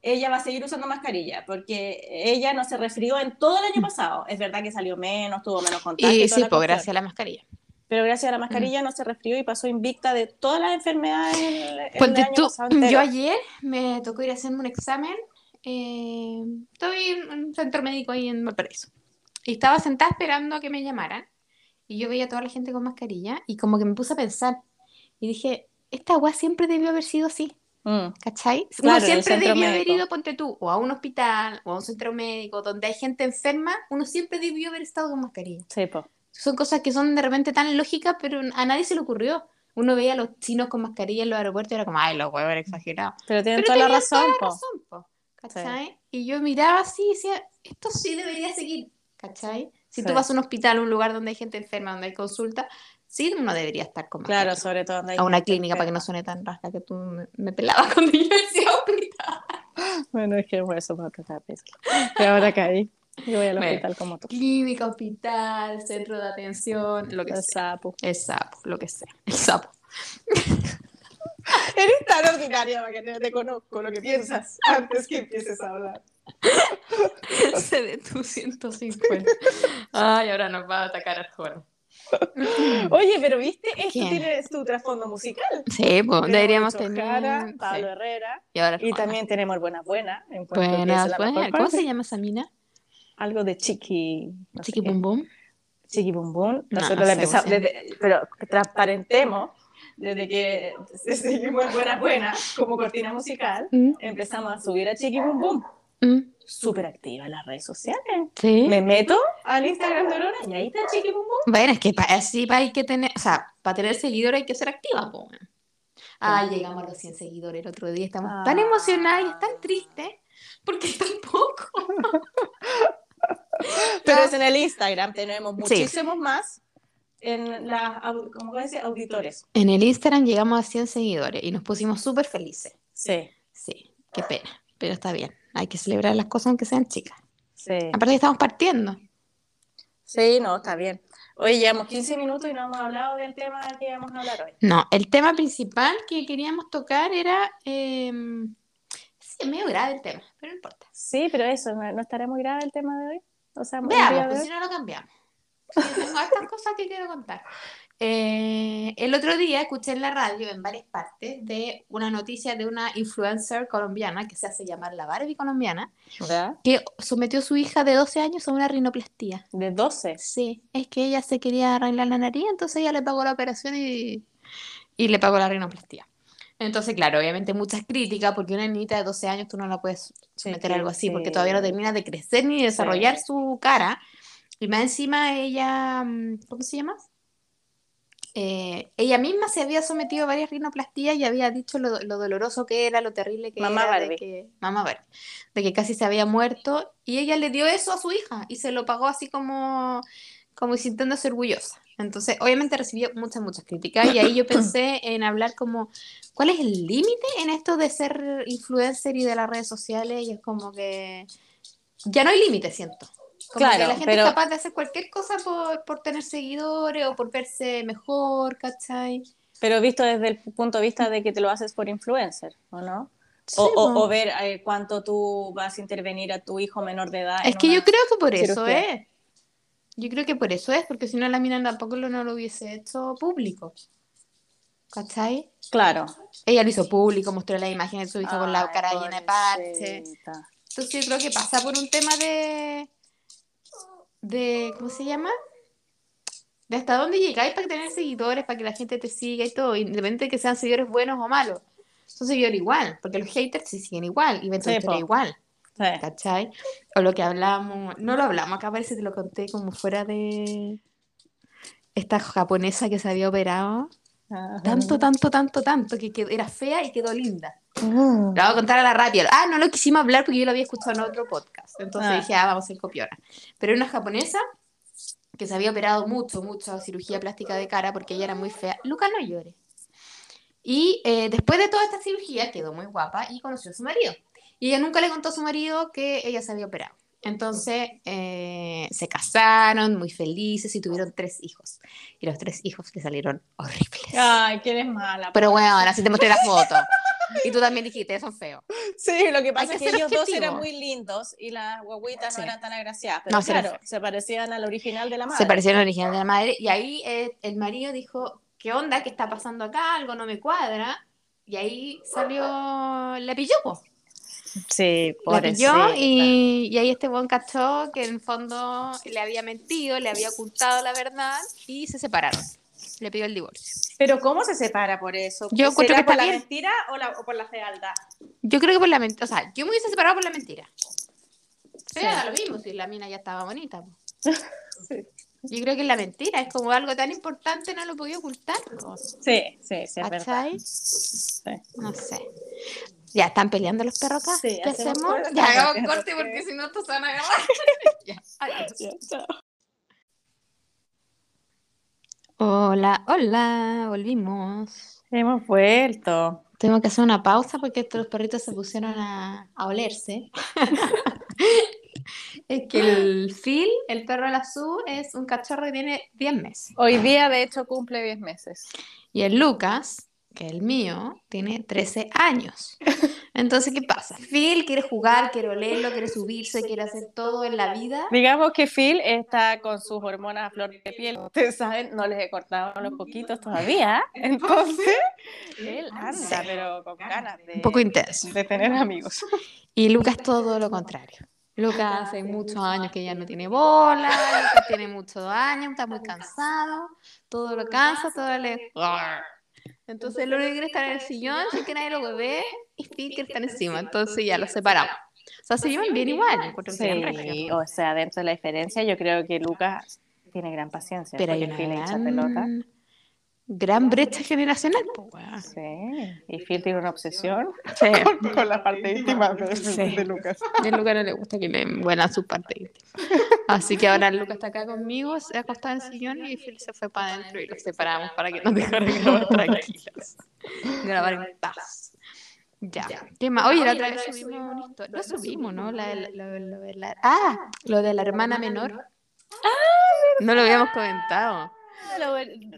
[SPEAKER 2] ella va a seguir usando mascarilla, porque ella no se resfrió en todo el año pasado. Es verdad que salió menos, tuvo menos contacto.
[SPEAKER 1] Y
[SPEAKER 2] toda
[SPEAKER 1] sí,
[SPEAKER 2] la
[SPEAKER 1] pues
[SPEAKER 2] cuestión.
[SPEAKER 1] gracias a la mascarilla.
[SPEAKER 2] Pero gracias a la mascarilla no se resfrió y pasó invicta de todas las enfermedades. el- el
[SPEAKER 1] Ponte
[SPEAKER 2] año
[SPEAKER 1] tú,
[SPEAKER 2] pasado entero.
[SPEAKER 1] yo ayer me tocó ir a hacerme un examen. eh, estoy en un centro médico ahí en Valparaíso. Y estaba sentada esperando a que me llamaran. Y yo veía a toda la gente con mascarilla. Y como que me puse a pensar. Y dije, esta agua siempre debió haber sido así.
[SPEAKER 2] Mm,
[SPEAKER 1] ¿Cachai? uno
[SPEAKER 2] Claro, el
[SPEAKER 1] siempre
[SPEAKER 2] centro
[SPEAKER 1] debió haber
[SPEAKER 2] médico.
[SPEAKER 1] ido, ponte tú, o a un hospital, o a un centro médico, donde hay gente enferma, uno siempre debió haber estado con mascarilla.
[SPEAKER 2] sí, po.
[SPEAKER 1] Son cosas que son de repente tan lógicas, pero a nadie se le ocurrió. Uno veía a los chinos con mascarilla en los aeropuertos y era como, ay, los huevos, era exagerado.
[SPEAKER 2] Pero tienen
[SPEAKER 1] Pero
[SPEAKER 2] toda la
[SPEAKER 1] tenían
[SPEAKER 2] razón, po.
[SPEAKER 1] razón, po, ¿cachai? Y yo miraba así y decía, esto sí debería seguir, ¿cachai? Si
[SPEAKER 2] Sí.
[SPEAKER 1] tú vas a un hospital, a un lugar donde hay gente enferma, donde hay consulta, sí uno debería estar con mascarilla
[SPEAKER 2] Claro, sobre todo. donde hay
[SPEAKER 1] a una
[SPEAKER 2] gente
[SPEAKER 1] clínica para que no
[SPEAKER 2] enferma.
[SPEAKER 1] suene tan rasca que tú me, me pelabas cuando yo decía hospital.
[SPEAKER 2] Bueno, es que por eso me toca pues. Y ahora caí. Yo voy al
[SPEAKER 1] Bueno.
[SPEAKER 2] hospital como tú.
[SPEAKER 1] Clínica, hospital, centro de atención, lo que
[SPEAKER 2] El
[SPEAKER 1] sea.
[SPEAKER 2] sapo.
[SPEAKER 1] El sapo, lo que sea. El sapo.
[SPEAKER 2] Eres tan ordinaria para que no te conozco lo que piensas antes que empieces a hablar.
[SPEAKER 1] Se de tu 150. Ay, ahora nos va a atacar a Juan.
[SPEAKER 2] Oye, pero viste, esto
[SPEAKER 1] ¿Quién?
[SPEAKER 2] tiene su trasfondo musical.
[SPEAKER 1] Sí, pues deberíamos
[SPEAKER 2] Tenemos
[SPEAKER 1] tener.
[SPEAKER 2] Jara,
[SPEAKER 1] sí.
[SPEAKER 2] Pablo Herrera.
[SPEAKER 1] Y ahora
[SPEAKER 2] Y también tenemos el Buenas Buenas. encuentro que es
[SPEAKER 1] Buenas,
[SPEAKER 2] la mejor
[SPEAKER 1] buenas. pues, ¿Cómo
[SPEAKER 2] parte.
[SPEAKER 1] se llama esa mina?
[SPEAKER 2] Algo de chiqui. no sé
[SPEAKER 1] Chiqui
[SPEAKER 2] qué.
[SPEAKER 1] Bum Bum.
[SPEAKER 2] Chiqui Bum Bum.
[SPEAKER 1] No,
[SPEAKER 2] Nosotros
[SPEAKER 1] no
[SPEAKER 2] la
[SPEAKER 1] sé,
[SPEAKER 2] empezamos.
[SPEAKER 1] José.
[SPEAKER 2] desde- pero transparentemos, desde que seguimos Buenas Buenas como cortina musical,
[SPEAKER 1] Mm,
[SPEAKER 2] empezamos a subir a Chiqui Bum Bum.
[SPEAKER 1] mm,
[SPEAKER 2] Súper activa en las redes sociales.
[SPEAKER 1] Sí.
[SPEAKER 2] Me meto al Instagram de Aurora y ahí está Chiqui Bum Bum.
[SPEAKER 1] Bueno, es que para, así pa- hay que tener, o sea, para tener seguidores hay que ser activa, po. weón. Ah, llegamos a los 100 seguidores el otro día, estamos tan
[SPEAKER 2] Ah.
[SPEAKER 1] emocionadas y es tan tristes porque tampoco.
[SPEAKER 2] Pero
[SPEAKER 1] No.
[SPEAKER 2] es en el Instagram, tenemos
[SPEAKER 1] Sí.
[SPEAKER 2] muchísimos más en las, au- ¿cómo se dice? Auditores.
[SPEAKER 1] En el Instagram llegamos a 100 seguidores y nos pusimos súper felices.
[SPEAKER 2] Sí,
[SPEAKER 1] Sí, qué pena, pero está bien, hay que celebrar las cosas aunque sean chicas.
[SPEAKER 2] sí.
[SPEAKER 1] Aparte que estamos partiendo.
[SPEAKER 2] Sí, no, está bien. Oye, llevamos 15 minutos y no hemos hablado del tema que íbamos a hablar hoy.
[SPEAKER 1] No, el tema principal que queríamos tocar era... em, sí, es medio grave el tema, pero no importa.
[SPEAKER 2] Sí, pero eso, ¿no, no estará muy grave el tema de hoy? O sea, el día
[SPEAKER 1] Veamos,
[SPEAKER 2] de
[SPEAKER 1] pues
[SPEAKER 2] hoy.
[SPEAKER 1] si no lo cambiamos. Sí, tengo estas cosas que quiero contar. Eh, el otro día escuché en la radio, en varias partes, de una noticia de una influencer colombiana que se hace llamar la Barbie colombiana,
[SPEAKER 2] ¿Verdad?
[SPEAKER 1] que sometió a su hija de 12 años a una rinoplastía.
[SPEAKER 2] De 12.
[SPEAKER 1] Sí, es que ella se quería arreglar la nariz, entonces ella le pagó la operación y, y le pagó la rinoplastía. Entonces, claro, obviamente muchas críticas, porque una niñita de 12 años tú no la puedes meter algo así, porque todavía no termina de crecer ni de desarrollar
[SPEAKER 2] Sí.
[SPEAKER 1] su cara. Y más encima ella, mm, ¿cómo se llama? Eh, ella misma se había sometido a varias rinoplastías y había dicho lo, lo doloroso que era, lo terrible que
[SPEAKER 2] Mamá
[SPEAKER 1] era, de
[SPEAKER 2] Barbie.
[SPEAKER 1] que, mamá Barbie, de que casi se había muerto. Y ella le dio eso a su hija y se lo pagó así como, como sintiéndose orgullosa. Entonces, obviamente recibió muchas, muchas críticas y ahí yo pensé en hablar como, ¿cuál es el límite? en esto de ser influencer y de las redes sociales y es como que ya no hay límite, siento. Como
[SPEAKER 2] Claro,
[SPEAKER 1] que la gente
[SPEAKER 2] pero-
[SPEAKER 1] es capaz de hacer cualquier cosa por, por tener seguidores o por verse mejor, ¿cachai?
[SPEAKER 2] Pero visto desde el punto de vista de que te lo haces por influencer, ¿o no? O,
[SPEAKER 1] Sí,
[SPEAKER 2] o-
[SPEAKER 1] po.
[SPEAKER 2] o ver eh, cuánto tú vas a intervenir a tu hijo menor de edad.
[SPEAKER 1] es
[SPEAKER 2] en
[SPEAKER 1] que
[SPEAKER 2] una-
[SPEAKER 1] yo creo que por eso
[SPEAKER 2] cirugía.
[SPEAKER 1] es. Yo creo que por eso es, porque si no la mina tampoco lo, no lo hubiese hecho público. ¿Cachai?
[SPEAKER 2] Claro.
[SPEAKER 1] Ella lo hizo público, mostró las imágenes de su hija con la
[SPEAKER 2] Ay,
[SPEAKER 1] cara llena de parches.
[SPEAKER 2] pobrecita.
[SPEAKER 1] Entonces yo creo que pasa por un tema de, de ¿cómo se llama? De hasta dónde llegáis para tener seguidores, para que la gente te siga y todo, independientemente de que sean seguidores buenos o malos. Son seguidores igual, porque los haters sí siguen igual y ven tu
[SPEAKER 2] Sí,
[SPEAKER 1] historia
[SPEAKER 2] po.
[SPEAKER 1] igual,
[SPEAKER 2] Sí.
[SPEAKER 1] ¿cachai? O lo que hablamos, no lo hablamos, acá parece que te lo conté como fuera de esta japonesa que se había operado.
[SPEAKER 2] Ajá.
[SPEAKER 1] Tanto, tanto, tanto, tanto, que quedó- era fea y quedó linda.
[SPEAKER 2] Mm.
[SPEAKER 1] La voy a contar a la rápida. Ah, no lo quisimos hablar porque yo lo había escuchado en otro podcast. Entonces
[SPEAKER 2] Ah.
[SPEAKER 1] dije, ah, vamos a ser copiona. Pero era una japonesa que se había operado mucho, mucho cirugía plástica de cara porque ella era muy fea. Luca, no llores. Y eh, después de toda esta cirugía quedó muy guapa y conoció a su marido. Y ella nunca le contó a su marido que ella se había operado. Entonces eh, se casaron muy felices y tuvieron tres hijos. Y los tres hijos le salieron horribles.
[SPEAKER 2] Ah. Ay, que eres mala.
[SPEAKER 1] Pues, Pero bueno, ahora sí te mostré la foto. Y tú también dijiste, son feos.
[SPEAKER 2] Sí, lo que
[SPEAKER 1] Hay
[SPEAKER 2] pasa
[SPEAKER 1] que
[SPEAKER 2] es que
[SPEAKER 1] ser
[SPEAKER 2] ellos dos
[SPEAKER 1] objetivo.
[SPEAKER 2] eran muy lindos y las guaguitas
[SPEAKER 1] Sí.
[SPEAKER 2] no eran tan agraciadas. Pero
[SPEAKER 1] No, sí,
[SPEAKER 2] claro,
[SPEAKER 1] no.
[SPEAKER 2] se parecían al original de la madre.
[SPEAKER 1] Se parecieron al original de la madre. Y ahí eh, el marido dijo, ¿qué onda? ¿Qué está pasando acá? Algo no me cuadra. Y ahí salió la pilló, po.
[SPEAKER 2] Sí,
[SPEAKER 1] La pilló
[SPEAKER 2] pobrecita.
[SPEAKER 1] y, y ahí este buen cachó que en el fondo le había mentido, le había ocultado la verdad y se separaron. Le pidió el divorcio.
[SPEAKER 2] Pero ¿cómo se separa por eso?
[SPEAKER 1] Yo encuentro
[SPEAKER 2] ¿Será
[SPEAKER 1] que
[SPEAKER 2] por
[SPEAKER 1] está
[SPEAKER 2] la
[SPEAKER 1] bien.
[SPEAKER 2] mentira o, la- o por la fealdad?
[SPEAKER 1] Yo creo que por la mentira, o sea, yo me hubiese separado por la mentira. Pero
[SPEAKER 2] Sí.
[SPEAKER 1] da lo mismo, si la mina ya estaba bonita. po. Yo creo que la mentira es como algo tan importante, no lo podía ocultar. po.
[SPEAKER 2] Sí, sí, sí, es verdad.
[SPEAKER 1] ¿Cachai? No sé. Ya están peleando los perros acá.
[SPEAKER 2] Sí,
[SPEAKER 1] ¿Qué
[SPEAKER 2] hacemos
[SPEAKER 1] hacemos?
[SPEAKER 2] corte.
[SPEAKER 1] Ya hagamos corte porque si no, estos se van a agarrar. Ya, adiós. Hola, hola, volvimos.
[SPEAKER 2] Hemos vuelto.
[SPEAKER 1] Tengo que hacer una pausa porque estos perritos se pusieron a, a olerse. es que el Phil, el perro azul, es un cachorro que tiene 10 meses.
[SPEAKER 2] Hoy día, de hecho, cumple 10 meses.
[SPEAKER 1] Y el Lucas, que es el mío, tiene 13 años. Entonces, ¿qué pasa? Phil quiere jugar, quiere olerlo, quiere subirse, quiere hacer todo en la vida.
[SPEAKER 2] Digamos que Phil está con sus hormonas a flor de piel. Ustedes saben, no les he cortado los poquitos todavía. Entonces, él
[SPEAKER 1] Sí.
[SPEAKER 2] anda, pero con ganas de,
[SPEAKER 1] Un poco intenso.
[SPEAKER 2] de tener amigos.
[SPEAKER 1] Y Lucas todo lo contrario. Lucas hace muchos años que ya no tiene bola, Lucas tiene muchos años, está muy cansado, todo lo cansa, todo le... Entonces lo único que quiere es estar en el sillón, sin que nadie lo hueve, y Phil quiere estar encima, entonces ya los separamos. O sea, se llevan bien igual, encuentro que se llevan regio.
[SPEAKER 2] Sí, o sea, dentro de la diferencia, yo creo que Lucas tiene gran paciencia.
[SPEAKER 1] Pero hay
[SPEAKER 2] porque
[SPEAKER 1] una
[SPEAKER 2] Phil echa
[SPEAKER 1] gran,
[SPEAKER 2] pelota.
[SPEAKER 1] gran brecha generacional, po, weón.
[SPEAKER 2] Sí, y Phil tiene una obsesión
[SPEAKER 3] con, con la parte íntima de,
[SPEAKER 1] Sí.
[SPEAKER 3] de Lucas.
[SPEAKER 1] Y a Lucas no le gusta que le huelan su parte íntima. Así que ahora Lucas está acá conmigo, se ha acostado en el sillón y Phil se fue para adentro y los separamos para que nos dejaran grabar tranquilos. Grabar en paz. Ya. ¿Qué más? Oye, la otra vez subimos una historia. Lo subimos, ¿no? La, de la- lo- lo de la- ah, lo de la hermana menor. No lo habíamos comentado.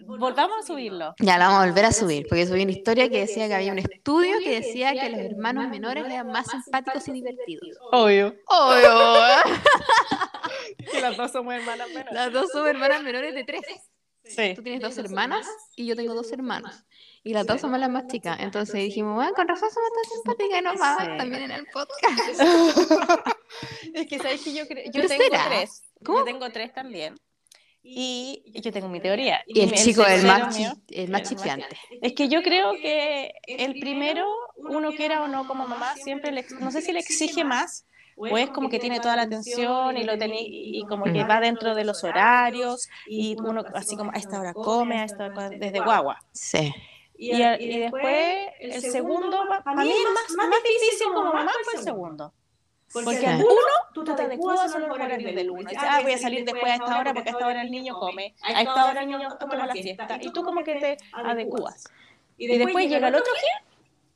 [SPEAKER 2] Volvamos a subirlo.
[SPEAKER 1] Ya la vamos a volver a subir, porque subí una historia que decía que había un estudio que decía que los hermanos menores eran más simpáticos y divertidos.
[SPEAKER 2] Obvio.
[SPEAKER 1] ¡Obvio! ¿eh?
[SPEAKER 2] Que las dos somos hermanas menores.
[SPEAKER 1] Las dos son hermanas menores de tres.
[SPEAKER 2] Sí.
[SPEAKER 1] Tú tienes dos hermanas y yo tengo dos hermanos. Y las dos somos las más chicas. Entonces dijimos, bueno, con razón somos tan simpáticas y nos vamos
[SPEAKER 2] Sí.
[SPEAKER 1] también en el podcast.
[SPEAKER 2] Es que sabes que yo creo. Yo
[SPEAKER 1] ¿Pero
[SPEAKER 2] tengo
[SPEAKER 1] será?
[SPEAKER 2] tres.
[SPEAKER 1] ¿Cómo?
[SPEAKER 2] Yo tengo tres también. Y yo tengo mi teoría.
[SPEAKER 1] Y el chico, el
[SPEAKER 2] tercero
[SPEAKER 1] más,
[SPEAKER 2] mío-
[SPEAKER 1] chi- el más chispeante.
[SPEAKER 2] Es que yo creo que el primero, uno quiera o no como mamá, siempre le, no sé si le exige más, o es como que tiene toda la atención y lo tení- y como que va dentro de los horarios, y uno así como a esta hora come, a esta hora come, desde guagua.
[SPEAKER 1] Sí.
[SPEAKER 2] Y, el- y después el segundo, para mí el más, más difícil como mamá fue el segundo. Porque al
[SPEAKER 1] Sí.
[SPEAKER 2] uno, tú te adecuas a los horarios del uno. Dices, Ah, voy a salir después a esta hora porque a esta hora el niño come, a esta hora el niño toma la fiesta, y tú como que te adecuas. Y después, llega el otro día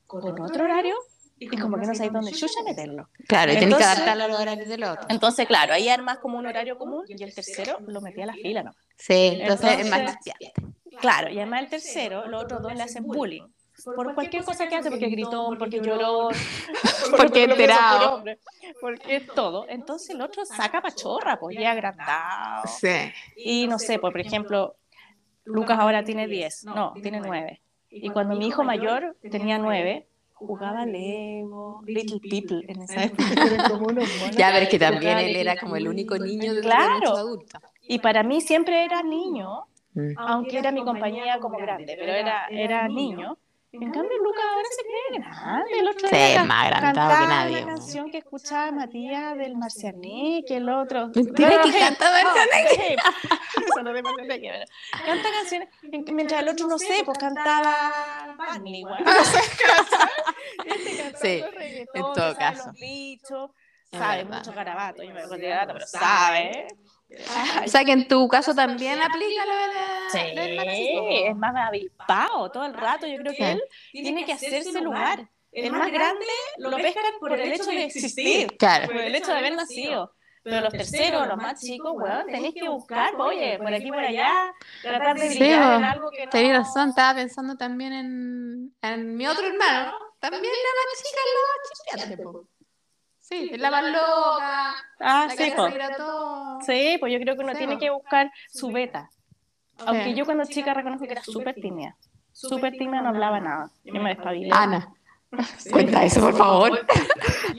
[SPEAKER 2] con otro horario y como, que no sabes dónde chucha meterlo.
[SPEAKER 1] Claro, y tenés que
[SPEAKER 2] Entonces-
[SPEAKER 1] adaptarlo a los horarios del otro.
[SPEAKER 2] Entonces, claro, ahí armas como un horario común y el tercero lo metí a la fila. ¿no?
[SPEAKER 1] Sí, entonces es más
[SPEAKER 2] Entonces-
[SPEAKER 1] chispeante.
[SPEAKER 2] Claro, y además el tercero, los otros dos le hacen bullying. Por cualquier cosa que hace, porque gritó, porque lloró,
[SPEAKER 1] Porque
[SPEAKER 2] lo pienso por
[SPEAKER 1] enterado.
[SPEAKER 2] hombre, porque es todo. Entonces el otro saca pachorra, pues ya agrandado.
[SPEAKER 1] Sí.
[SPEAKER 2] Y no sé, pues, por ejemplo, Lucas ahora tiene 10, no, tiene 9. Y cuando mi hijo mayor tenía 9, jugaba Lego, Little People en esa época.
[SPEAKER 3] Tienen como unos monos.
[SPEAKER 1] Ya, ver que también él era como el único niño de
[SPEAKER 2] Claro.
[SPEAKER 1] muchos adultos.
[SPEAKER 2] Y para mí siempre era niño,
[SPEAKER 1] Mm.
[SPEAKER 2] aunque era mi compañía como grande, pero era, era niño. En cambio, Lucas ahora se cree grande. El otro
[SPEAKER 1] Sí,
[SPEAKER 2] día
[SPEAKER 1] es más agrandado que
[SPEAKER 2] cantaba
[SPEAKER 1] nadie.
[SPEAKER 2] una
[SPEAKER 1] weón.
[SPEAKER 2] canción que escuchaba Matías del Marcianí, que el otro...
[SPEAKER 1] Mentira que
[SPEAKER 2] Sí,
[SPEAKER 1] canta Marcianeque.
[SPEAKER 2] sí. Eso no es de Marcianeque, pero Canta canciones, en- mientras el otro, no sé, pues cantaba... Barney, weón. Este cantaba
[SPEAKER 1] Sí,
[SPEAKER 2] todo reggaetón,
[SPEAKER 1] en todo
[SPEAKER 2] sabe
[SPEAKER 1] caso.
[SPEAKER 2] Los bichos,
[SPEAKER 1] Es
[SPEAKER 2] sabe
[SPEAKER 1] verdad.
[SPEAKER 2] mucho garabato, yo me acuerdo de garabato, pero sabe.
[SPEAKER 1] O sea que en tu caso también aplica lo de la-
[SPEAKER 2] Sí,
[SPEAKER 1] lo del narcisismo.
[SPEAKER 2] es más avispado todo el rato. Yo creo que él tiene que hacerse lugar. El más grande lo pescan por el hecho de existir,
[SPEAKER 1] Claro.
[SPEAKER 2] por el hecho de haber nacido. Pero los terceros, los más chicos, weón, tenéis que buscar, oye, por aquí, por allá, tratar de
[SPEAKER 1] Sí,
[SPEAKER 2] brillar en
[SPEAKER 1] weón.
[SPEAKER 2] algo que no...
[SPEAKER 1] Tenés razón, estaba pensando también en, en mi otro hermano, También la más chica lo chipeante, Sí, es la más loca,
[SPEAKER 2] Ah,
[SPEAKER 1] la que
[SPEAKER 2] sí,
[SPEAKER 1] se
[SPEAKER 2] po.
[SPEAKER 1] tira todo.
[SPEAKER 2] Sí, pues yo creo que uno
[SPEAKER 1] Sí,
[SPEAKER 2] tiene
[SPEAKER 1] po.
[SPEAKER 2] que buscar su beta. Aunque
[SPEAKER 1] Sí.
[SPEAKER 2] yo cuando chica reconozco que era súper tímida. Súper tímida, no hablaba nada. Ah. Yo me despabilé.
[SPEAKER 1] Ana, cuenta eso, por favor.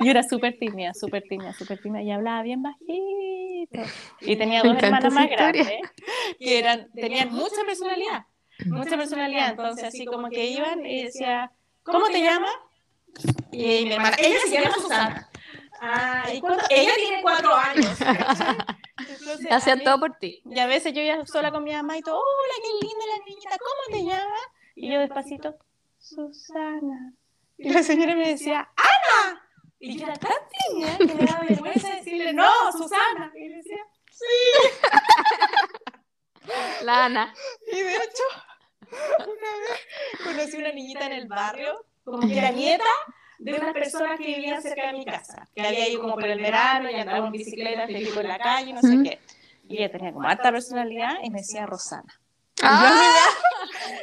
[SPEAKER 2] Yo era súper tímida, súper tímida, súper tímida y hablaba bien bajito. Y tenía
[SPEAKER 1] Me
[SPEAKER 2] dos
[SPEAKER 1] encanta
[SPEAKER 2] hermanas
[SPEAKER 1] esa
[SPEAKER 2] más
[SPEAKER 1] historia.
[SPEAKER 2] grandes que eran, tenían mucha personalidad, mucha personalidad. Entonces, así como que iban y decía, ¿cómo te llamas? Y mi hermana, ella se llama Susana. Ah, ¿y cuánto? Ella tiene cuatro años. ¿cachai? Entonces, a
[SPEAKER 1] Hacían
[SPEAKER 2] mí-
[SPEAKER 1] todo por ti.
[SPEAKER 2] Y a veces yo ya sola con mi mamá y todo, hola, qué linda la niñita, ¿cómo te llamas? Y yo despacito, Susana. Y la señora me decía, "Ah, ¡Ana! Y yo era tan niña que me daba vergüenza decirle, no, Susana. Y le decía,
[SPEAKER 1] La Ana.
[SPEAKER 2] y de hecho, una vez conocí una niñita en el barrio, como que era nieta de unas personas que vivían cerca de mi casa, que había ido como por el verano y andaba en bicicleta, feliz por la calle, no sé
[SPEAKER 1] Ujú.
[SPEAKER 2] qué. Y ella tenía como harta personalidad y me decía Rosana. Ah.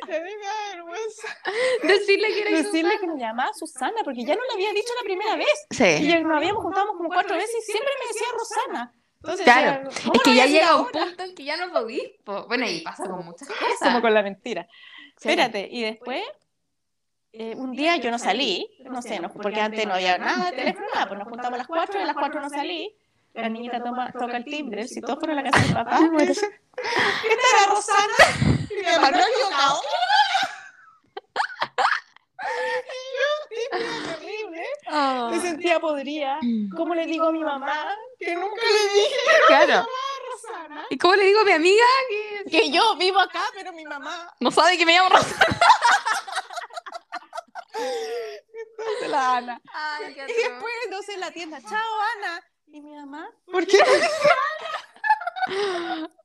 [SPEAKER 3] Te digo, vergüenza.
[SPEAKER 1] Decirle que era
[SPEAKER 2] decirle que me llamaba Susana, porque ya no le había dicho la primera vez. Y
[SPEAKER 1] Sí.
[SPEAKER 2] ya nos habíamos juntado como cuatro veces y siempre me decía Rosana. Entonces,
[SPEAKER 1] Claro.
[SPEAKER 2] era- "Oh,
[SPEAKER 1] Es que ya llega un punto en que ya no podís. po. Bueno, y pasa con muchas cosas.
[SPEAKER 2] como con la mentira.
[SPEAKER 1] Sí.
[SPEAKER 2] Espérate, y después, eh, un día yo no salí, no sé, no, porque antes no había nada de teléfono, nada, pues nos juntamos a las cuatro y a las cuatro no salí. La niñita toma, toca el timbre, el citófono en la casa de papá. Esta era Rosana. Y mi hermano equivocado. Terrible.
[SPEAKER 1] Oh.
[SPEAKER 2] Me sentía podrida. ¿Cómo le digo a mi mamá?
[SPEAKER 3] Que nunca le dije
[SPEAKER 1] Mm. Claro.
[SPEAKER 2] ah?".
[SPEAKER 3] Rosana.
[SPEAKER 1] ¿Y cómo le digo a mi amiga que
[SPEAKER 2] Que yo vivo acá, pero mi mamá
[SPEAKER 1] no sabe que me llamo Rosa?
[SPEAKER 2] es la Ana.
[SPEAKER 1] Ay, qué
[SPEAKER 2] Y después, no sé, en la tienda, chao Ana. Y mi mamá.
[SPEAKER 3] ¿Por qué?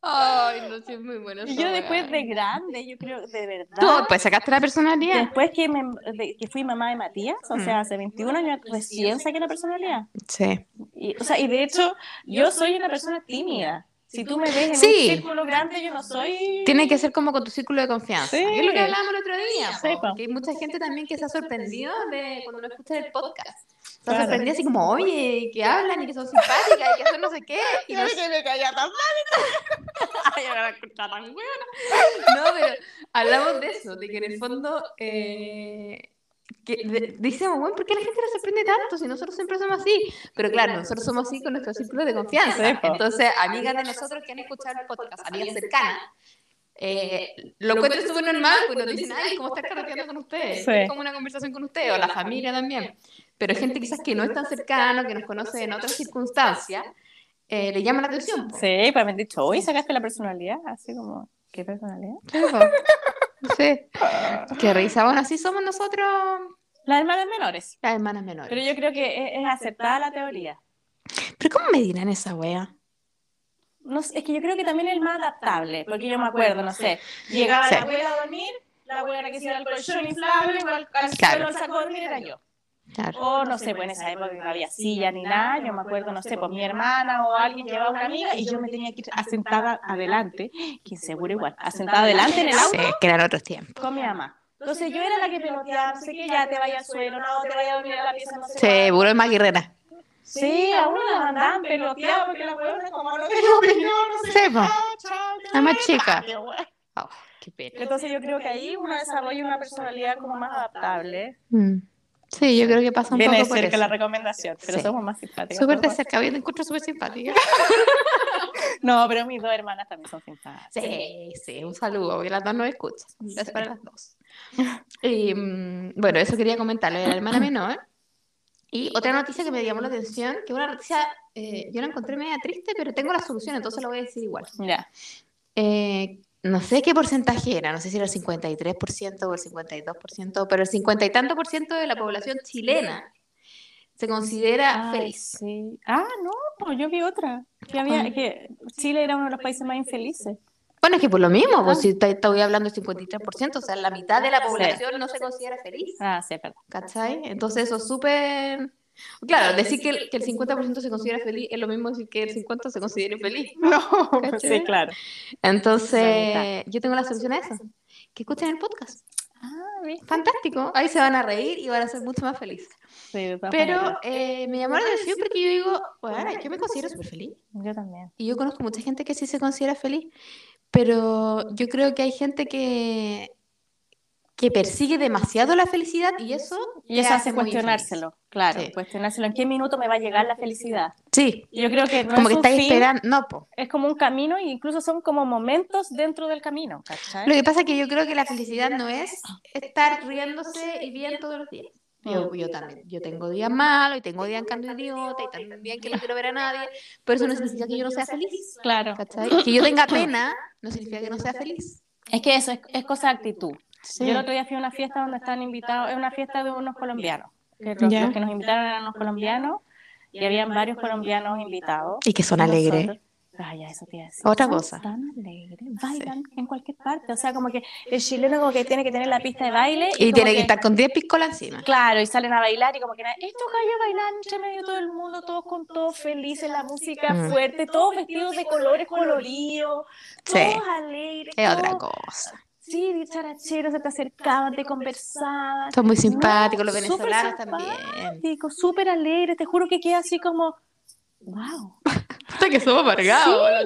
[SPEAKER 1] Ay, no sé, es muy bueno.
[SPEAKER 2] Y yo después de grande, yo creo, de
[SPEAKER 1] Tú
[SPEAKER 2] verdad.
[SPEAKER 1] pues sacaste la personalidad.
[SPEAKER 2] Después que, me, de- que fui mamá de Matías, o
[SPEAKER 1] Mm.
[SPEAKER 2] sea, hace 21 años recién saqué la personalidad.
[SPEAKER 1] Sí.
[SPEAKER 2] Y, o sea, y de hecho, yo soy una persona tímida. Si tú me ves en
[SPEAKER 1] Sí.
[SPEAKER 2] un círculo grande, yo no soy.
[SPEAKER 1] Tiene que ser como con tu círculo de confianza.
[SPEAKER 2] Sí.
[SPEAKER 1] Es lo que hablábamos el otro día.
[SPEAKER 2] Sí,
[SPEAKER 1] po,
[SPEAKER 2] po.
[SPEAKER 1] que hay mucha gente también que se ha sorprendido de cuando no escucha el podcast. Se ha
[SPEAKER 2] Claro.
[SPEAKER 1] sorprendido así como, oye, y que hablan y que son simpáticas y que son no sé qué. Y no
[SPEAKER 2] que me calla tan mal.
[SPEAKER 1] No, pero hablamos de eso, de que en el fondo eh, que de- decíamos, bueno, ¿por qué la gente nos sorprende tanto si nosotros siempre somos así? Pero claro, nosotros somos así con nuestro círculo de confianza.
[SPEAKER 2] Sí, po.
[SPEAKER 1] Entonces, amigas de nosotros que han escuchado el podcast, amigas cercanas, eh, lo encuentran súper normal, pues nos dicen, ay, ¿cómo estás carreteando con ustedes?
[SPEAKER 2] Sí.
[SPEAKER 1] Es como una conversación con ustedes, o la familia también. Pero gente quizás que no es tan cercana, o que nos conoce en otras circunstancias, eh, le llama la atención. po.
[SPEAKER 2] Sí, pues me han dicho, hoy sacaste la personalidad, así como, ¿qué personalidad?
[SPEAKER 1] Sí. Qué risa. Bueno, así somos nosotros
[SPEAKER 2] Las hermanas menores.
[SPEAKER 1] las hermanas menores.
[SPEAKER 2] Pero
[SPEAKER 1] Pero,
[SPEAKER 2] yo creo que e-, es, es aceptada la teoría.
[SPEAKER 1] ¿cómo me dirán esa wea?
[SPEAKER 2] No sé, es que yo creo que también es más adaptable, porque yo me acuerdo, no sé, llegaba
[SPEAKER 1] Sí.
[SPEAKER 2] la abuela a dormir, la abuela que hacía el colchón inflable, o al, al
[SPEAKER 1] Claro.
[SPEAKER 2] suelo el saco de dormir era yo.
[SPEAKER 1] Claro.
[SPEAKER 2] O no sé, pues en esa época no había silla ni nada, yo me acuerdo, no sé, pues mi hermana o alguien llevaba una amiga y yo me tenía que ir asentada adelante, que seguro igual, asentada adelante en el auto
[SPEAKER 1] Sí, que eran otros tiempos.
[SPEAKER 2] con mi mamá. Entonces yo era la que peloteaba, no sé qué, ya te vayas al suelo, no, te vayas a dormir a la pieza, no sé cuál.
[SPEAKER 1] Seguro es más guerrera.
[SPEAKER 2] Sí, a uno las andaban peloteadas porque la huevona como no tenía opinión, no sé.
[SPEAKER 1] Sí, po.
[SPEAKER 2] Ah, chao,
[SPEAKER 1] La más chica.
[SPEAKER 2] qué guay.
[SPEAKER 1] Oh, qué pena.
[SPEAKER 2] Entonces yo creo que ahí uno desarrolla una personalidad como más adaptable.
[SPEAKER 1] Mm. Sí, yo creo que pasa un
[SPEAKER 2] Viene de
[SPEAKER 1] poco por
[SPEAKER 2] cerca
[SPEAKER 1] eso.
[SPEAKER 2] la recomendación, pero
[SPEAKER 1] Sí.
[SPEAKER 2] somos más simpáticos.
[SPEAKER 1] Súper de cerca, yo te encuentro súper simpática.
[SPEAKER 2] No, pero mis dos hermanas también son simpáticas.
[SPEAKER 1] Sí, sí, un saludo, porque las dos nos escuchan. Un beso para las dos. Y, mm, bueno, eso quería comentarle de la hermana menor. Y otra noticia que me llamó la atención, que una noticia, eh, yo la encontré media triste, pero tengo la solución, entonces la voy a decir igual.
[SPEAKER 2] Mira,
[SPEAKER 1] Eh, no sé qué porcentaje era, no sé si era el 53% o el 52%, pero el 50 y tanto por ciento de la población chilena se considera
[SPEAKER 2] Ay,
[SPEAKER 1] feliz.
[SPEAKER 2] sí. Ah, no, pues yo vi otra. Que, había,
[SPEAKER 1] ¿Cuál?
[SPEAKER 2] que Chile era uno de los países más infelices.
[SPEAKER 1] Bueno, es que por lo mismo, pues, si está- estoy hablando del 53%, o sea, la mitad de la población no se considera feliz,
[SPEAKER 2] Ah, sí, es verdad.
[SPEAKER 1] ¿cachai? Entonces eso es súper... Claro, decir que el, que el 50% se considera feliz es lo mismo decir que el 50% se considera infeliz.
[SPEAKER 3] No.
[SPEAKER 1] ¿cachai?
[SPEAKER 2] Sí, claro.
[SPEAKER 1] Entonces, yo tengo la solución a eso. Que escuchen el podcast.
[SPEAKER 2] Ah, ¿viste?
[SPEAKER 1] Fantástico, ahí se van a reír y van a ser mucho más felices.
[SPEAKER 2] Sí, de todas
[SPEAKER 1] Pero
[SPEAKER 2] maneras.
[SPEAKER 1] eh, me llamaron la atención porque yo digo, bueno, yo me considero súper feliz.
[SPEAKER 2] Yo también.
[SPEAKER 1] Y yo conozco mucha gente que sí se considera feliz, pero yo creo que hay gente que, que persigue demasiado la felicidad y eso
[SPEAKER 2] Y
[SPEAKER 1] le
[SPEAKER 2] eso hace
[SPEAKER 1] muy
[SPEAKER 2] cuestionárselo, claro,
[SPEAKER 1] Sí.
[SPEAKER 2] cuestionárselo. ¿En qué minuto me va a llegar la felicidad?
[SPEAKER 1] infeliz. Sí,
[SPEAKER 2] Yo creo que no
[SPEAKER 1] como que
[SPEAKER 2] es un
[SPEAKER 1] estás
[SPEAKER 2] fin,
[SPEAKER 1] esperando. No, po.
[SPEAKER 2] Es como un camino e incluso son como momentos dentro del camino, ¿cachai?
[SPEAKER 1] Lo que pasa es que yo creo que la felicidad no es estar riéndose y bien todos los días. Yo, yo también, yo tengo días malos y tengo días en cambio idiota y también que no quiero ver a nadie, pero eso no significa que yo no sea feliz.
[SPEAKER 2] Claro.
[SPEAKER 1] ¿cachai? Que yo tenga pena no significa que no sea feliz.
[SPEAKER 2] Es que eso es, es cosa de actitud.
[SPEAKER 1] Sí.
[SPEAKER 2] Yo el otro día fui a una fiesta donde estaban invitados, es una fiesta de unos colombianos. que los,
[SPEAKER 1] Ya.
[SPEAKER 2] los que nos invitaron eran unos colombianos y habían varios colombianos invitados.
[SPEAKER 1] Y que son alegres.
[SPEAKER 2] Ay, ya, eso te iba a decir.
[SPEAKER 1] Otra
[SPEAKER 2] Son
[SPEAKER 1] cosa.
[SPEAKER 2] Tan alegres, bailan en cualquier parte. O sea, como que el chileno como que tiene que tener la pista de baile.
[SPEAKER 1] Y
[SPEAKER 2] como
[SPEAKER 1] tiene que estar con 10 piscolas encima.
[SPEAKER 2] Claro, y salen a bailar y como que nada, estos gallos bailan entre medio de todo el mundo, todos con todo felices, la música
[SPEAKER 1] Mm.
[SPEAKER 2] fuerte, todos vestidos de colores coloridos,
[SPEAKER 1] Sí.
[SPEAKER 2] todos alegres.
[SPEAKER 1] Es otra
[SPEAKER 2] todos-
[SPEAKER 1] cosa.
[SPEAKER 2] Sí, dicharacheros, se te acercaban, te conversaban.
[SPEAKER 1] Son muy simpáticos,
[SPEAKER 2] No,
[SPEAKER 1] los
[SPEAKER 2] súper
[SPEAKER 1] venezolanos también.
[SPEAKER 2] simpáticos, Súper alegres, te juro que queda así como, wow.
[SPEAKER 1] Hasta que somos
[SPEAKER 2] sí,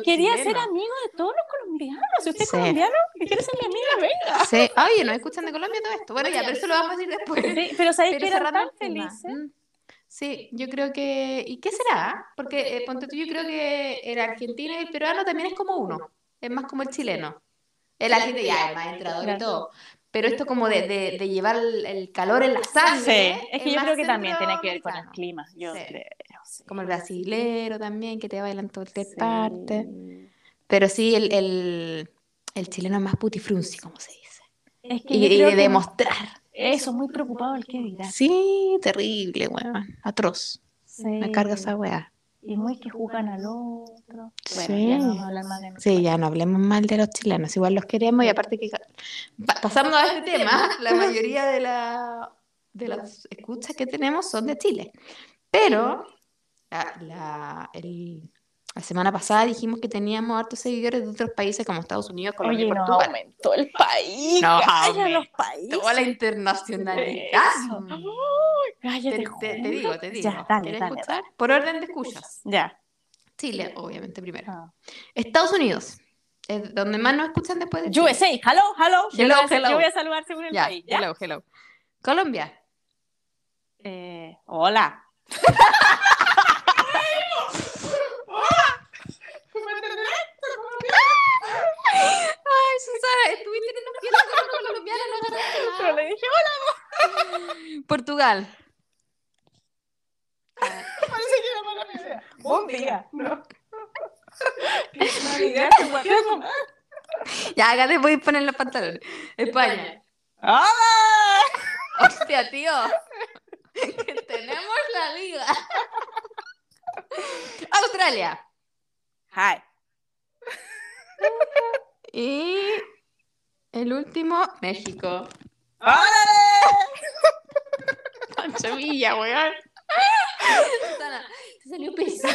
[SPEAKER 2] quería ser amigo de todos los colombianos. Si usted es
[SPEAKER 1] Sí.
[SPEAKER 2] colombiano y quiere ser mi amiga, venga.
[SPEAKER 1] Sí. Oye, nos escuchan de Colombia todo esto. Bueno, ya, pero eso lo vamos a decir después.
[SPEAKER 2] Sí, pero sabéis que
[SPEAKER 1] Pero
[SPEAKER 2] eran tan
[SPEAKER 1] cerrando el tema.
[SPEAKER 2] felices.
[SPEAKER 1] Mm. Sí, yo creo que. ¿Y qué será? Porque eh, ponte tú, yo creo que el argentino y el peruano también es como uno. Es más como el chileno. El argentino ya es más entrador y
[SPEAKER 2] Claro.
[SPEAKER 1] todo. Pero esto como de, de, de llevar el, el calor en la sangre.
[SPEAKER 2] Sí, es que yo
[SPEAKER 1] ¿Eh? más
[SPEAKER 2] creo que también tiene que ver con el
[SPEAKER 1] centroamericano.
[SPEAKER 2] clima, yo
[SPEAKER 1] Sí.
[SPEAKER 2] creo. sí.
[SPEAKER 1] Como el brasilero también, que te bailan todo el
[SPEAKER 2] Sí.
[SPEAKER 1] parte. Pero sí, el, el, el chileno es más putifrunzi, como se dice.
[SPEAKER 2] Es que
[SPEAKER 1] Y,
[SPEAKER 2] yo
[SPEAKER 1] y
[SPEAKER 2] creo
[SPEAKER 1] de
[SPEAKER 2] que
[SPEAKER 1] demostrar.
[SPEAKER 2] eso, muy preocupado el que dirá.
[SPEAKER 1] Sí, terrible, weón. Atroz. Me carga esa weá.
[SPEAKER 2] Y muy que juzgan al otro. Bueno,
[SPEAKER 1] Sí.
[SPEAKER 2] ya no vamos a hablar más de
[SPEAKER 1] Sí, ya no hablemos mal de los chilenos, igual los queremos y aparte que Pa- pasando a este tema, la mayoría de, la, de las escuchas que tenemos son de Chile. Pero la, la- el- la semana pasada dijimos que teníamos hartos seguidores de otros países como Estados Unidos, Colombia
[SPEAKER 2] Oye,
[SPEAKER 1] y
[SPEAKER 2] nos
[SPEAKER 1] Portugal.
[SPEAKER 2] aumentó el país.
[SPEAKER 1] Nos
[SPEAKER 2] calla
[SPEAKER 1] aumentó
[SPEAKER 2] los países.
[SPEAKER 1] Toda la internacionalidad.
[SPEAKER 2] Eso. Uy, calla,
[SPEAKER 1] Te, te-
[SPEAKER 2] te
[SPEAKER 1] te
[SPEAKER 2] juro.
[SPEAKER 1] digo, te digo.
[SPEAKER 2] Ya, dale,
[SPEAKER 1] ¿Quieres
[SPEAKER 2] dale.
[SPEAKER 1] escuchar? Por orden de escuchas.
[SPEAKER 2] Ya.
[SPEAKER 1] Chile, obviamente, primero.
[SPEAKER 2] Ah.
[SPEAKER 1] Estados Unidos, es donde más nos escuchan después de Chile.
[SPEAKER 2] USA, hello, hello. Yo,
[SPEAKER 1] Hello,
[SPEAKER 2] voy, a, sal-
[SPEAKER 1] hello.
[SPEAKER 2] yo voy a saludar según el
[SPEAKER 1] Ya,
[SPEAKER 2] país. ¿ya?
[SPEAKER 1] hello, hello. Colombia.
[SPEAKER 2] Eh, hola.
[SPEAKER 1] Ay, Susana, estuviste en una fiesta con una colombiana, no ganaste
[SPEAKER 2] Pero le dije,
[SPEAKER 1] nada. Portugal.
[SPEAKER 3] Parece que era mala mi idea.
[SPEAKER 2] buen día. No. Ah,
[SPEAKER 1] Ya, acá te voy a poner los pantalones. España.
[SPEAKER 2] ¡Hola!
[SPEAKER 1] Hostia, tío. Que tenemos la liga. Australia.
[SPEAKER 2] Hi.
[SPEAKER 1] Y el último, México. Pancho Villa, weón. Susana, te salió pésimo.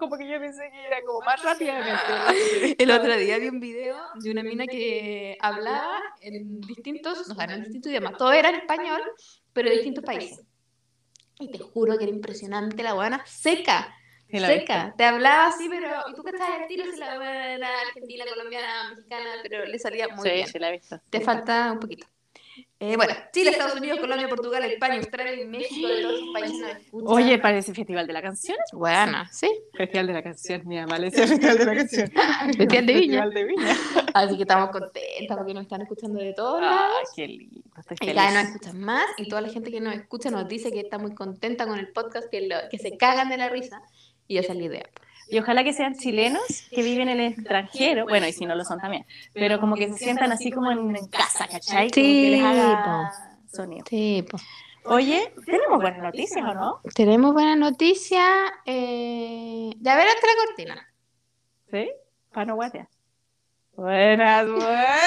[SPEAKER 2] Como que yo pensé que era como más rápidamente.
[SPEAKER 1] El otro día vi un video de una mina que hablaba en distintos, no sea, en distintos idiomas, todo era en español, pero de distintos países. Y te juro que era impresionante la guana seca, seca. Te hablaba así, pero y tú que estás al tiro si la guana era argentina, colombiana, mexicana, pero le salía muy bien.
[SPEAKER 2] la he visto.
[SPEAKER 1] Te falta un poquito. Eh, bueno, Chile, Estados Unidos, Colombia, Portugal, España, Australia y México, de todos esos países nos escuchan.
[SPEAKER 2] Oye, parece Festival de la Canción.
[SPEAKER 1] guana, sí,
[SPEAKER 2] Festival de la Canción, mi mamá le decía Festival de la Canción.
[SPEAKER 1] Festival de Viña.
[SPEAKER 2] Festival de Viña.
[SPEAKER 1] Así que estamos contentas porque nos están escuchando de todos lados.
[SPEAKER 2] Ay, Ah, qué lindo. Estoy
[SPEAKER 1] Y
[SPEAKER 2] feliz.
[SPEAKER 1] cada vez nos escuchan más y toda la gente que nos escucha nos dice que está muy contenta con el podcast, que, lo- que se cagan de la risa. Y esa es la idea.
[SPEAKER 2] Y ojalá que sean chilenos que viven en el extranjero. Bueno, y si no lo pues, son también. Pero como que se sientan así como en, en casa, ¿cachai? Como que les haga sonido.
[SPEAKER 1] Sí,
[SPEAKER 2] Oye, tenemos buenas noticias, ¿o no?
[SPEAKER 1] tenemos buena noticia. Eh... Ya verás la cortina.
[SPEAKER 2] Sí. Pano Guatea. Buenas, buenas.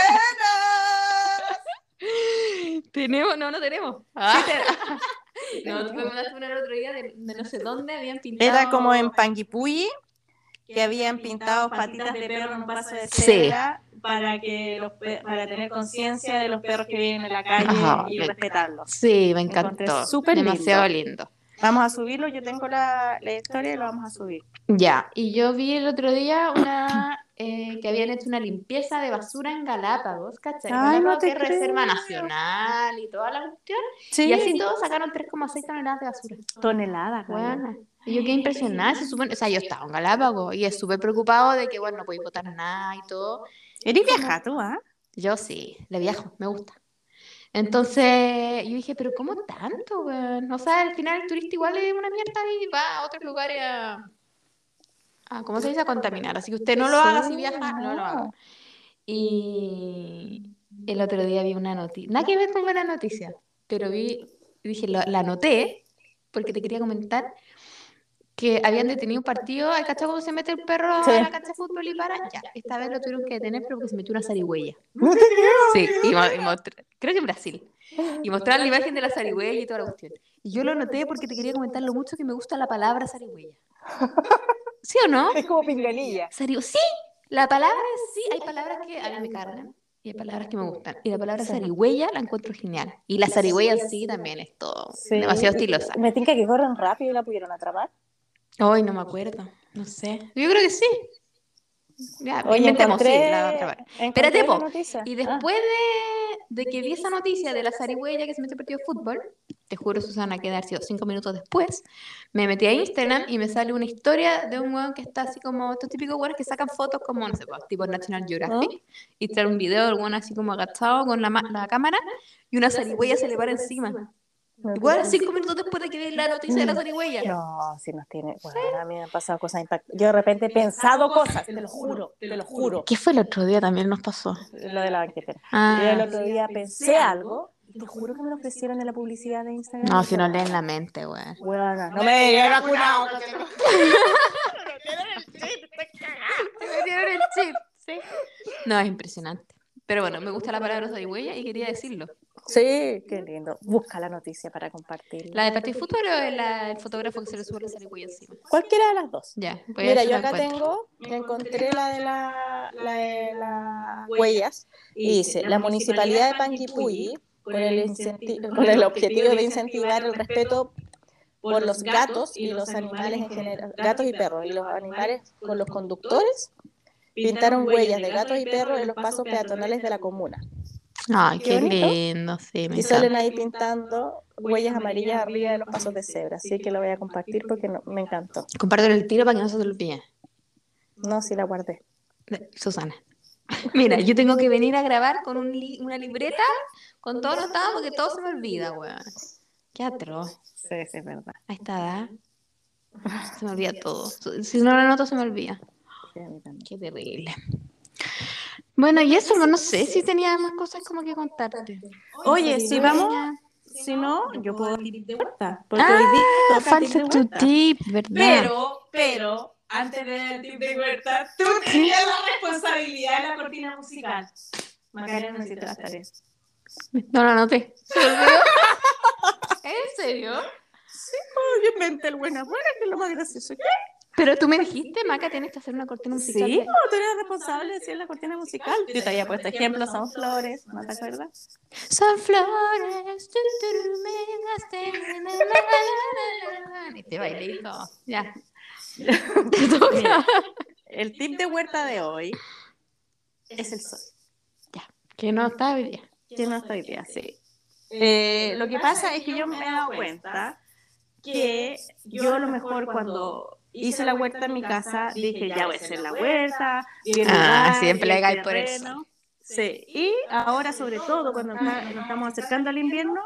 [SPEAKER 1] Tenemos, no, no tenemos. Ah. no, tú me mandaste una el otro día de, de no sé dónde habían pintado.
[SPEAKER 2] Era como en Panguipulli, que habían pintado patitas de perro en un vaso de
[SPEAKER 1] Sí.
[SPEAKER 2] cera para, que los pe- para tener conciencia de los perros que viven en la calle
[SPEAKER 1] Ajá,
[SPEAKER 2] y
[SPEAKER 1] bien.
[SPEAKER 2] respetarlos.
[SPEAKER 1] Sí, me
[SPEAKER 2] Encontré
[SPEAKER 1] encantó.
[SPEAKER 2] súper lindo.
[SPEAKER 1] Demasiado lindo.
[SPEAKER 2] Vamos a subirlo, yo tengo la, la historia y lo vamos a subir.
[SPEAKER 1] Ya, y yo vi el otro día una eh, que habían hecho una limpieza de basura en Galápagos, ¿cachai?
[SPEAKER 2] Ay, no
[SPEAKER 1] Galápagos
[SPEAKER 2] te
[SPEAKER 1] que es reserva
[SPEAKER 2] creo.
[SPEAKER 1] nacional y toda la cuestión.
[SPEAKER 2] Sí,
[SPEAKER 1] Y así todos sacaron 3,6 toneladas de basura.
[SPEAKER 2] toneladas.
[SPEAKER 1] Buena. Y yo quedé impresionada, se supone, o sea, yo estaba en Galápagos y es súper preocupado de que, bueno, no podéis votar nada y todo.
[SPEAKER 2] Eres vieja tú, ¿ah?
[SPEAKER 1] Yo sí, le viajo, me gusta. Entonces, yo dije, pero ¿cómo tanto, weón? O sea, al final el turista igual es una mierda y va a otros lugares a, a ¿cómo se dice? A contaminar. Así que usted no lo haga si viaja, no lo haga. Y el otro día vi una noticia, nada que ver con buena noticia, pero vi, dije, lo- la anoté porque te quería comentar que habían detenido un partido, ¿hay cachado cómo se mete el perro
[SPEAKER 2] Sí.
[SPEAKER 1] a la cancha de fútbol y para? Ya, esta vez lo tuvieron que detener pero porque se metió una zarigüeya.
[SPEAKER 2] No te creo.
[SPEAKER 1] Sí, y mo- y mostra- creo que en Brasil. Y mostrar la imagen de la zarigüeya y toda la cuestión. Y yo lo noté porque te quería comentar lo mucho que me gusta la palabra zarigüeya. ¿Sí o no?
[SPEAKER 3] Es como pinganilla.
[SPEAKER 1] Zarigo- Sí, la palabra es sí. Hay palabras que a mí me cargan y hay palabras que me gustan. Y la palabra zarigüeya la encuentro genial. Y la zarigüeya sí también es todo.
[SPEAKER 2] Sí.
[SPEAKER 1] Demasiado estilosa.
[SPEAKER 2] Me tinca que corren rápido y la pudieron atrapar.
[SPEAKER 1] Hoy no me acuerdo. No sé. Yo creo que sí. Ya,
[SPEAKER 2] Oye,
[SPEAKER 1] inventemos, sí,
[SPEAKER 2] encontré,
[SPEAKER 1] la otra vez.
[SPEAKER 2] encontré
[SPEAKER 1] Espérate,
[SPEAKER 2] la
[SPEAKER 1] po.
[SPEAKER 2] noticia.
[SPEAKER 1] Y
[SPEAKER 2] Ah.
[SPEAKER 1] después de, de que vi esa noticia de la zarigüeya que se metió al partido de fútbol, te juro, Susana, que ha sido cinco minutos después, me metí a Instagram y me sale una historia de un weón que está así como, estos típicos weones que sacan fotos como, no sé, pues, tipo National Geographic, y trae un video del weón así como agachado con la, ma- la cámara y una zarigüeya se le para encima.
[SPEAKER 2] No te
[SPEAKER 1] Igual
[SPEAKER 2] creo.
[SPEAKER 1] cinco minutos después de que vi la noticia de la zarigüeya.
[SPEAKER 2] No, si nos tiene. Bueno, a mí me han pasado cosas impactantes. Yo de repente he pensado cosas, te lo juro, te lo juro.
[SPEAKER 1] ¿Qué fue el otro día también nos pasó?
[SPEAKER 2] Lo de la banquetera. Yo el
[SPEAKER 1] Ah,
[SPEAKER 2] otro día pensé algo, y te juro que me lo ofrecieron en la publicidad de Instagram.
[SPEAKER 1] no, si no leen la mente, weón.
[SPEAKER 2] Huevona, no
[SPEAKER 3] No
[SPEAKER 2] me
[SPEAKER 3] me he vacunado. no te lo-
[SPEAKER 1] No, es impresionante. Pero bueno, me gusta la palabra zarigüeya y quería decirlo.
[SPEAKER 2] Sí, qué lindo. Busca la noticia para compartirla.
[SPEAKER 1] ¿La de Partido Futuro o es la- el fotógrafo que se le sube la zarigüeya encima?
[SPEAKER 2] Cualquiera de las dos.
[SPEAKER 1] Ya, voy a
[SPEAKER 2] Mira,
[SPEAKER 1] ver si
[SPEAKER 2] yo
[SPEAKER 1] la
[SPEAKER 2] acá
[SPEAKER 1] encuentro.
[SPEAKER 2] tengo, encontré la de la- la de las huellas y dice, la municipalidad de Panguipulli, con el, incenti- con el objetivo de incentivar el respeto por los gatos y los animales en general, gatos y perros, y los animales con los conductores, pintaron huellas de gatos y perros en los pasos peatonales de la comuna.
[SPEAKER 1] Ay,
[SPEAKER 2] Qué
[SPEAKER 1] qué
[SPEAKER 2] bonito.
[SPEAKER 1] lindo, sí, me
[SPEAKER 2] Y salen
[SPEAKER 1] encanta.
[SPEAKER 2] ahí pintando huellas amarillas arriba de los pasos de cebra, así que lo voy a compartir porque no- me encantó.
[SPEAKER 1] Comparto el tiro para que no se te olvide.
[SPEAKER 2] No, sí la guardé.
[SPEAKER 1] De- Susana. Mira, yo tengo que venir a grabar con un li- una libreta con todo anotado porque todo se me olvida, weón. Qué atroz.
[SPEAKER 2] Sí, sí, es verdad.
[SPEAKER 1] A esta edad se me olvida todo. Si no lo anoto, se me olvida.
[SPEAKER 2] Sí, a mí también.
[SPEAKER 1] Qué terrible. Bueno, y eso, no sé si tenía más cosas como que contarte.
[SPEAKER 2] Oye, si vamos, si no, yo puedo ir de vuelta. Porque
[SPEAKER 1] Ah,
[SPEAKER 2] hoy día toca
[SPEAKER 1] falta
[SPEAKER 2] ir de
[SPEAKER 1] tu
[SPEAKER 2] vuelta.
[SPEAKER 1] tip, ¿verdad?
[SPEAKER 3] Pero, pero, antes de dar el tip de huerta, tú tenías la responsabilidad de la cortina musical.
[SPEAKER 2] Macarena, no hiciste las tareas.
[SPEAKER 1] No lo anoté. ¿Se me olvidó? ¿En serio?
[SPEAKER 2] Obviamente, el buena buena, que es lo más gracioso.
[SPEAKER 1] Pero tú me dijiste, Maca, tienes que hacer una cortina musical.
[SPEAKER 2] Sí,
[SPEAKER 1] de-
[SPEAKER 2] no, tú eres responsable de hacer la cortina musical. Yo te había puesto ejemplos, son flores, ¿no te acuerdas?
[SPEAKER 1] Son flores, tú, tú, me dejaste, na, na, na, na, na, na. Y te bailé y todo. Ya. Te toca.
[SPEAKER 2] Mira. El tip de huerta de hoy es el sol.
[SPEAKER 1] Que no está hoy día.
[SPEAKER 2] Yo no estoy bien así. Eh, lo que pasa es que yo me he dado cuenta que yo a lo mejor cuando hice la huerta en mi casa dije ya voy a hacer la huerta. vi el
[SPEAKER 1] Ah,
[SPEAKER 2] lugar,
[SPEAKER 1] siempre
[SPEAKER 2] vi el
[SPEAKER 1] le cae por eso.
[SPEAKER 2] terreno. Sí, y ahora sobre todo cuando está- nos estamos acercando al invierno,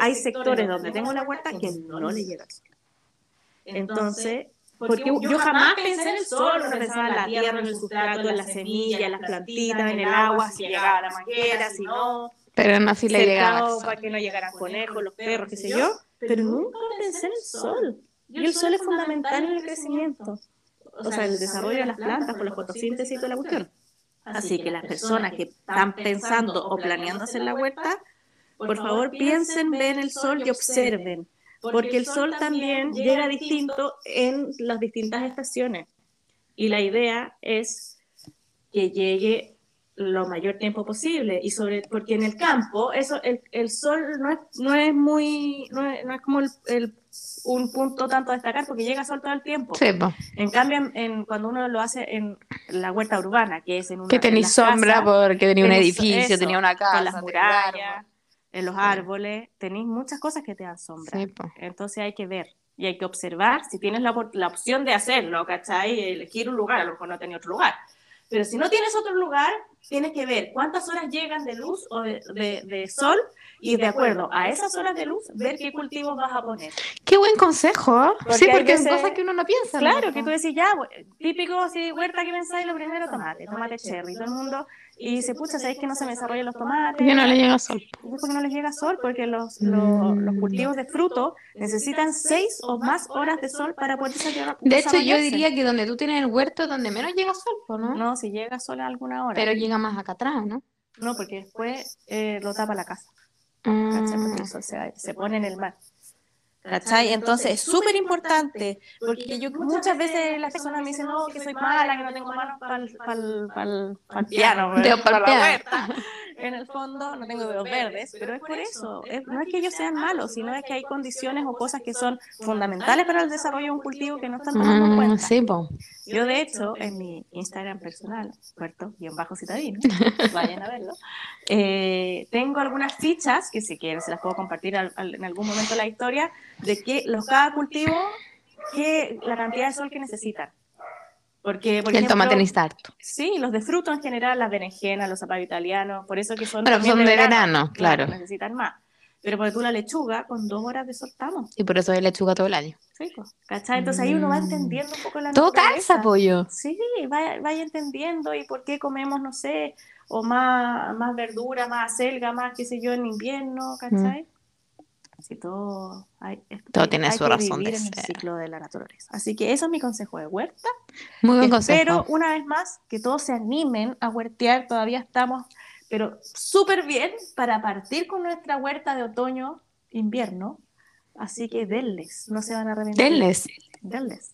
[SPEAKER 2] hay sectores donde tengo la huerta que no le llega el sol. Entonces, porque yo jamás pensé en el sol, no pensaba en la tierra, en el sustrato, en las semillas, en las plantitas, en el agua, si llegaba la manguera, si no
[SPEAKER 1] Pero no, si le llegaba.
[SPEAKER 2] cercado
[SPEAKER 1] el sol.
[SPEAKER 2] para que no llegaran conejos, los perros, qué sé yo, pero nunca pensé en el sol. Y el sol es fundamental en el crecimiento, o sea, el desarrollo de las plantas por la fotosíntesis y toda la cuestión. Así que las personas que están pensando o planeando hacer la huerta, por favor piensen, ven el sol y observen, porque el sol también llega distinto en las distintas estaciones. Y la idea es que llegue lo mayor tiempo posible y sobre porque en el campo eso el, el sol no es, no es muy no es, no es como el, el- un punto tanto a destacar porque llega sol todo el tiempo
[SPEAKER 1] Sí, po.
[SPEAKER 2] en cambio en, en- cuando uno lo hace en la huerta urbana que es en una
[SPEAKER 1] Que
[SPEAKER 2] en
[SPEAKER 1] tenéis
[SPEAKER 2] las
[SPEAKER 1] sombra
[SPEAKER 2] casas,
[SPEAKER 1] porque tenía un
[SPEAKER 2] tenés
[SPEAKER 1] edificio,
[SPEAKER 2] eso,
[SPEAKER 1] tenía una casa,
[SPEAKER 2] con las
[SPEAKER 1] tenía un árbol.
[SPEAKER 2] murallas en los
[SPEAKER 1] Sí.
[SPEAKER 2] árboles tenéis muchas cosas que te dan sombra
[SPEAKER 1] Sí, po.
[SPEAKER 2] entonces hay que ver y hay que observar si tienes la, opor- la opción de hacerlo, ¿cachai? Elegir un lugar, a lo mejor no tenía otro lugar. Pero si no tienes otro lugar, tienes que ver cuántas horas llegan de luz o de, de- de sol y de acuerdo a esas horas de luz, ver qué cultivos vas a poner.
[SPEAKER 1] Qué buen consejo. ¿eh?
[SPEAKER 3] Porque
[SPEAKER 1] sí,
[SPEAKER 3] hay
[SPEAKER 1] porque son
[SPEAKER 3] veces-
[SPEAKER 1] cosas que uno no piensa. ¿no?
[SPEAKER 2] Claro, que tú decís, ya, bu- típico, si huerta que pensáis, lo primero, tomate, tomate cherry, todo el mundo. Y dice, pucha, ¿sabéis que no se me desarrollan los tomates?
[SPEAKER 1] Porque no le llega sol.
[SPEAKER 2] Y es porque no les llega sol, porque los, los- los cultivos de fruto necesitan seis o más horas de sol para poder desarrollar.
[SPEAKER 1] De hecho, yo
[SPEAKER 2] desarrollarse.
[SPEAKER 1] diría que donde tú tienes el huerto es donde menos llega sol, po, ¿no?
[SPEAKER 2] No, si llega sol a alguna hora.
[SPEAKER 1] Pero llega más acá atrás, ¿no?
[SPEAKER 2] No, porque después eh, lo tapa la casa. ¿cachai? Porque
[SPEAKER 1] Mm.
[SPEAKER 2] el sol se, va- se pone en el mar. ¿Cachai? Entonces es súper importante, porque yo muchas veces las personas me dicen, no, que soy mala, que no tengo manos para el piano,
[SPEAKER 1] Te
[SPEAKER 2] pero para la
[SPEAKER 1] palpean.
[SPEAKER 2] huerta. En el fondo no tengo dedos verdes, pero es por eso. Es- no es que ellos sean malos, sino es que hay condiciones o cosas que son fundamentales para el desarrollo de un cultivo que no están tomando en
[SPEAKER 1] Mm,
[SPEAKER 2] cuenta.
[SPEAKER 1] sí, po.
[SPEAKER 2] Yo, de hecho, en mi Instagram personal, puerto-citadino, vayan a verlo, eh, tengo algunas fichas que si quieren se las puedo compartir al- al- en algún momento de la historia, de que los cada cultivo, que la cantidad de sol que necesitan. Porque, por
[SPEAKER 1] Y el tomate
[SPEAKER 2] ejemplo,
[SPEAKER 1] necesita harto.
[SPEAKER 2] Sí, los de fruto en general, las berenjenas, los zapatos italianos, por eso que son,
[SPEAKER 1] Bueno,
[SPEAKER 2] también
[SPEAKER 1] son de verano, claro.
[SPEAKER 2] Necesitan más. Pero por tú la lechuga, con dos horas de sol estamos,
[SPEAKER 1] Y por eso es lechuga todo el año.
[SPEAKER 2] ¿sí? ¿Cachai? Entonces ahí uno va
[SPEAKER 1] Mm.
[SPEAKER 2] entendiendo un poco la
[SPEAKER 1] Todo
[SPEAKER 2] naturaleza.
[SPEAKER 1] calza, pollo.
[SPEAKER 2] Sí, vaya, vaya entendiendo y por qué comemos, no sé, o más, más verdura, más acelga, más qué sé yo, en
[SPEAKER 1] Mm.
[SPEAKER 2] invierno, ¿cachai? Así todo, hay, es-
[SPEAKER 1] Todo tiene
[SPEAKER 2] hay
[SPEAKER 1] su
[SPEAKER 2] que
[SPEAKER 1] razón
[SPEAKER 2] vivir
[SPEAKER 1] de
[SPEAKER 2] en el
[SPEAKER 1] ser.
[SPEAKER 2] ciclo de la naturaleza. Así que eso es mi consejo de huerta.
[SPEAKER 1] Muy buen
[SPEAKER 2] Espero
[SPEAKER 1] consejo.
[SPEAKER 2] una vez más que todos se animen a huertear, todavía estamos, pero súper bien para partir con nuestra huerta de otoño, invierno. Así que denles, no se van a arrepentir.
[SPEAKER 1] Denles.
[SPEAKER 2] Denles.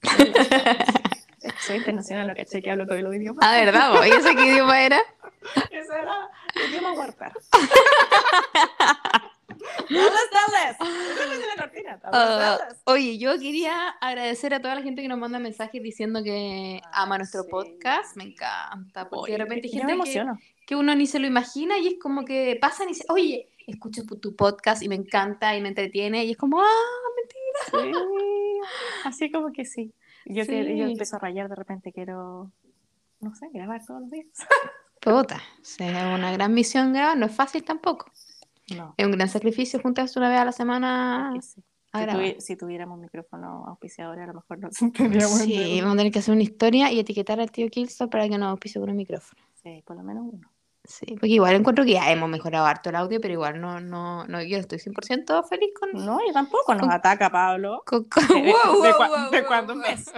[SPEAKER 2] Soy internacional, no caché que hablo todos los idiomas.
[SPEAKER 1] Ah, ¿verdad? po? ¿Y ese qué idioma era? Ah.
[SPEAKER 2] Eso era idioma huerta. Buenas tardes. Eso es la cortina,
[SPEAKER 1] Ah,
[SPEAKER 2] buenas tardes.
[SPEAKER 1] oye, yo quería agradecer a toda la gente que nos manda mensajes diciendo que
[SPEAKER 2] Ah,
[SPEAKER 1] ama nuestro
[SPEAKER 2] sí.
[SPEAKER 1] podcast. Me encanta, porque
[SPEAKER 2] Oye,
[SPEAKER 1] de repente hay
[SPEAKER 2] yo me
[SPEAKER 1] gente que,
[SPEAKER 2] emociono.
[SPEAKER 1] que uno ni se lo imagina y es como que pasan y dicen, oye, escucho tu podcast y me encanta y me entretiene. Y es como, ah,
[SPEAKER 2] Sí. Así como que sí. Yo, que-
[SPEAKER 1] Sí.
[SPEAKER 2] yo empiezo a rayar de repente, quiero, no sé, grabar todos los días.
[SPEAKER 1] puta. O sea, es una gran misión grabar, no es fácil tampoco.
[SPEAKER 2] No.
[SPEAKER 1] Es un gran sacrificio juntarse una vez a la semana
[SPEAKER 2] que Ah, sí.
[SPEAKER 1] a
[SPEAKER 2] Si,
[SPEAKER 1] grabar.
[SPEAKER 2] tuvi- si tuviéramos micrófono auspiciador, a lo mejor no se entendería buen
[SPEAKER 1] Sí,
[SPEAKER 2] dedo.
[SPEAKER 1] vamos a tener que hacer una historia y etiquetar al tío Kilson para que nos auspicie con un micrófono.
[SPEAKER 2] Sí, por lo menos uno.
[SPEAKER 1] Sí, porque igual encuentro que ya hemos mejorado harto el audio, pero igual no, no, no, yo estoy 100% feliz con...
[SPEAKER 2] No, yo tampoco nos ataca, Pablo.
[SPEAKER 1] con, con-
[SPEAKER 2] De-
[SPEAKER 1] Wow,
[SPEAKER 2] de
[SPEAKER 1] wow,
[SPEAKER 2] cua-
[SPEAKER 1] wow,
[SPEAKER 2] de
[SPEAKER 1] wow,
[SPEAKER 2] cuando en
[SPEAKER 1] wow.
[SPEAKER 2] vez.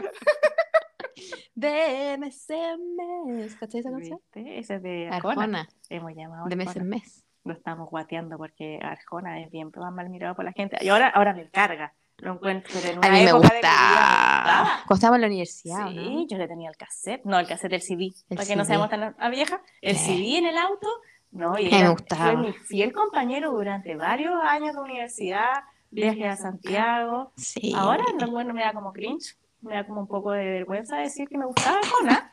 [SPEAKER 1] De mes en mes. ¿Cachai esa canción?
[SPEAKER 2] ¿Viste? Ese es de Arjona.
[SPEAKER 1] Arjona,
[SPEAKER 2] Hemos llamado
[SPEAKER 1] de mes
[SPEAKER 2] Arjona.
[SPEAKER 1] en mes.
[SPEAKER 2] Lo estamos guateando porque Arjona es bien más mal mirado por la gente. Y ahora, ahora me carga. Lo encuentro pero
[SPEAKER 1] A
[SPEAKER 2] en una
[SPEAKER 1] mí me
[SPEAKER 2] época de mi vida me
[SPEAKER 1] gusta.
[SPEAKER 2] gustaba.
[SPEAKER 1] Cuando estábamos en la universidad, ¿o
[SPEAKER 2] Sí,
[SPEAKER 1] ¿no?
[SPEAKER 2] yo le tenía el cassette. No, el cassette del CD.
[SPEAKER 1] El
[SPEAKER 2] para que no
[SPEAKER 1] CD.
[SPEAKER 2] seamos tan a vieja. El
[SPEAKER 1] Sí.
[SPEAKER 2] CD en el auto. No, y
[SPEAKER 1] Me
[SPEAKER 2] era-
[SPEAKER 1] gustaba.
[SPEAKER 2] fue mi fiel compañero durante varios años de universidad, viajes a Santiago.
[SPEAKER 1] Sí.
[SPEAKER 2] Ahora no, bueno, me da como cringe, me da como un poco de vergüenza decir que me gustaba Arjona.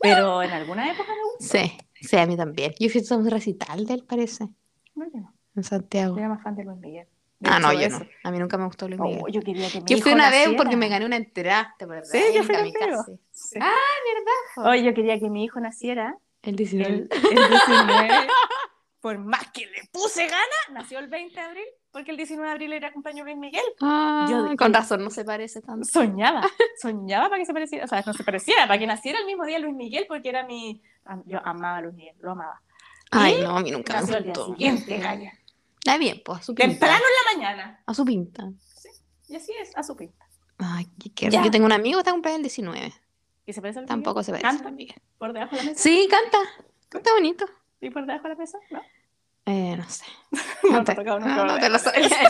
[SPEAKER 2] Pero en alguna época me
[SPEAKER 1] Sí, sí, a mí también. Yo fui a un recital de él, parece,
[SPEAKER 2] gustaba. No,
[SPEAKER 1] en
[SPEAKER 2] Yo
[SPEAKER 1] Santiago.
[SPEAKER 2] era más fan de Luis Miguel. De
[SPEAKER 1] Ah, no,
[SPEAKER 2] hecho,
[SPEAKER 1] yo
[SPEAKER 2] eso.
[SPEAKER 1] no. A mí nunca me gustó Luis
[SPEAKER 2] Oh,
[SPEAKER 1] Miguel.
[SPEAKER 2] yo quería que mi
[SPEAKER 1] Yo fui
[SPEAKER 2] hijo
[SPEAKER 1] una vez
[SPEAKER 2] naciera.
[SPEAKER 1] porque me gané una enterada, ¿te acordás?
[SPEAKER 2] Sí, yo
[SPEAKER 1] En
[SPEAKER 2] fui contigo.
[SPEAKER 1] Kamikaze.
[SPEAKER 2] Sí.
[SPEAKER 1] po.
[SPEAKER 2] Oye, Oh, yo quería que mi hijo naciera
[SPEAKER 1] El
[SPEAKER 2] el,
[SPEAKER 1] 19.
[SPEAKER 2] el 19. Por más que le puse gana, nació el 20 de abril, porque el 19 de abril era cumpleaños de Luis Miguel.
[SPEAKER 1] Ah,
[SPEAKER 2] Yo-
[SPEAKER 1] con razón, no se parece tanto.
[SPEAKER 2] Soñaba, soñaba para que se pareciera, o sea, no se pareciera, para que naciera el mismo día Luis Miguel, porque era mi. am- Yo amaba a Luis Miguel, lo amaba.
[SPEAKER 1] Ay, no, a mí nunca
[SPEAKER 2] Nació
[SPEAKER 1] me
[SPEAKER 2] el día
[SPEAKER 1] gustó.
[SPEAKER 2] siguiente, Gaya.
[SPEAKER 1] Está bien, pues, a su pinta.
[SPEAKER 2] Temprano en la mañana.
[SPEAKER 1] A su pinta.
[SPEAKER 2] Y así es, a su pinta.
[SPEAKER 1] Ay, qué, qué-
[SPEAKER 2] Ya.
[SPEAKER 1] Yo tengo un amigo que está cumpleaños el 19.
[SPEAKER 2] ¿Y se parece a Luis
[SPEAKER 1] Tampoco se
[SPEAKER 2] Miguel?
[SPEAKER 1] parece.
[SPEAKER 2] Canta, Miguel. Por debajo de la mesa.
[SPEAKER 1] Sí, canta. Canta bonito.
[SPEAKER 2] ¿Y por debajo de la mesa? No.
[SPEAKER 1] Eh, no sé. te,
[SPEAKER 2] No te ha tocado
[SPEAKER 1] no,
[SPEAKER 2] nunca,
[SPEAKER 1] no
[SPEAKER 2] ¿verdad?
[SPEAKER 1] te lo sabía decir.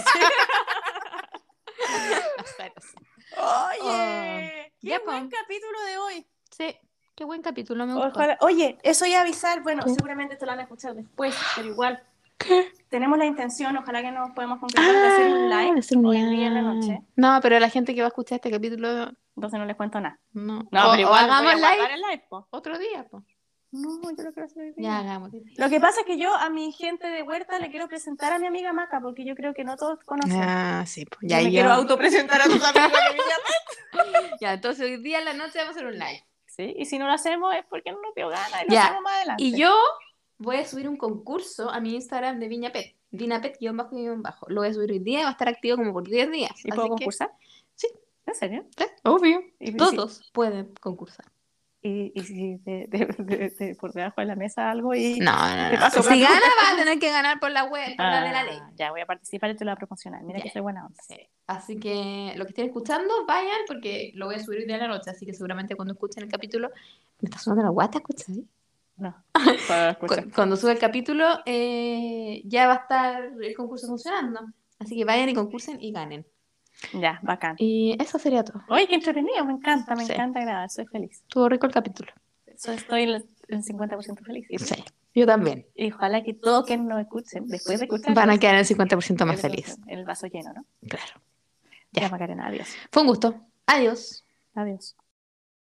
[SPEAKER 1] No sé, no sé.
[SPEAKER 2] Oye, qué
[SPEAKER 1] Ya,
[SPEAKER 2] buen
[SPEAKER 1] po.
[SPEAKER 2] Oh, pues. capítulo de hoy.
[SPEAKER 1] Sí, Qué buen capítulo, me gustó.
[SPEAKER 2] Ojalá- Oye, eso ya avisar, bueno, seguramente esto lo van a escuchar después, pero igual tenemos la intención, ojalá que nos podamos concretar de hacer un
[SPEAKER 1] Ah,
[SPEAKER 2] live
[SPEAKER 1] hacer un
[SPEAKER 2] hoy en día en la
[SPEAKER 1] live.
[SPEAKER 2] noche.
[SPEAKER 1] No, pero la gente que va a escuchar este capítulo,
[SPEAKER 2] Entonces no les cuento nada.
[SPEAKER 1] no.
[SPEAKER 2] No,
[SPEAKER 1] O-
[SPEAKER 2] pero
[SPEAKER 1] o
[SPEAKER 2] igual voy a
[SPEAKER 1] hagamos
[SPEAKER 2] guardar
[SPEAKER 1] live
[SPEAKER 2] el live, po.
[SPEAKER 1] otro día, po.
[SPEAKER 2] No, yo lo quiero hacer hoy día.
[SPEAKER 1] Ya hagamos.
[SPEAKER 2] Lo que pasa es que yo a mi gente de huerta le quiero presentar a mi amiga Maca, porque yo creo que no todos conocen.
[SPEAKER 1] Ah, sí, pues.
[SPEAKER 2] Yo
[SPEAKER 1] Ya,
[SPEAKER 2] me
[SPEAKER 1] yo-
[SPEAKER 2] quiero autopresentar a tus amigos de mi llama.
[SPEAKER 1] ya, entonces hoy día en la noche vamos a hacer un live.
[SPEAKER 2] Sí, y si no lo hacemos es porque no nos dio ganas y lo
[SPEAKER 1] Ya.
[SPEAKER 2] hacemos más adelante.
[SPEAKER 1] Y yo voy a subir un concurso a mi Instagram de Viñapet. Vinapet guión bajo guión bajo. Lo voy a subir hoy día y va a estar activo como por 10 días.
[SPEAKER 2] ¿Y
[SPEAKER 1] Así
[SPEAKER 2] puedo
[SPEAKER 1] que-
[SPEAKER 2] concursar?
[SPEAKER 1] Sí.
[SPEAKER 2] ¿En serio?
[SPEAKER 1] Sí, Obvio.
[SPEAKER 2] ¿Y,
[SPEAKER 1] Todos pueden concursar.
[SPEAKER 2] Y, y si de- de- de- de- por debajo de la mesa algo y...
[SPEAKER 1] No, no,
[SPEAKER 2] Te
[SPEAKER 1] no.
[SPEAKER 2] paso
[SPEAKER 1] Si
[SPEAKER 2] la-
[SPEAKER 1] gana, vas a tener que ganar por la web, por la de la
[SPEAKER 2] Ah,
[SPEAKER 1] ley.
[SPEAKER 2] Ya voy a participar y te lo voy a promocionar. Mira
[SPEAKER 1] Ya.
[SPEAKER 2] que soy buena onda.
[SPEAKER 1] Sí. Así que lo que estén escuchando, vayan porque lo voy a subir hoy día en la noche. Así que seguramente cuando escuchen el capítulo, me está sonando la guata, ¿escuchai?
[SPEAKER 2] No. Para escuchar.
[SPEAKER 1] Cu- Cuando suba el capítulo, eh, ya va a estar el concurso funcionando. Así que vayan y concursen y ganen.
[SPEAKER 2] Ya, bacán.
[SPEAKER 1] Y eso sería todo.
[SPEAKER 2] Oye, qué entretenido, me encanta, me
[SPEAKER 1] Sí.
[SPEAKER 2] encanta grabar, soy feliz.
[SPEAKER 1] Estuvo rico el capítulo.
[SPEAKER 2] So- Estoy el el 50% feliz. Y,
[SPEAKER 1] Sí, yo también.
[SPEAKER 2] y ojalá que todos quienes nos escuchen, después de escuchar,
[SPEAKER 1] Van a quedar en el 50% más
[SPEAKER 2] el-
[SPEAKER 1] feliz.
[SPEAKER 2] El vaso lleno, ¿no?
[SPEAKER 1] Claro. Ya.
[SPEAKER 2] Ya, Macarena, adiós.
[SPEAKER 1] Fue un gusto. Adiós.
[SPEAKER 2] Adiós.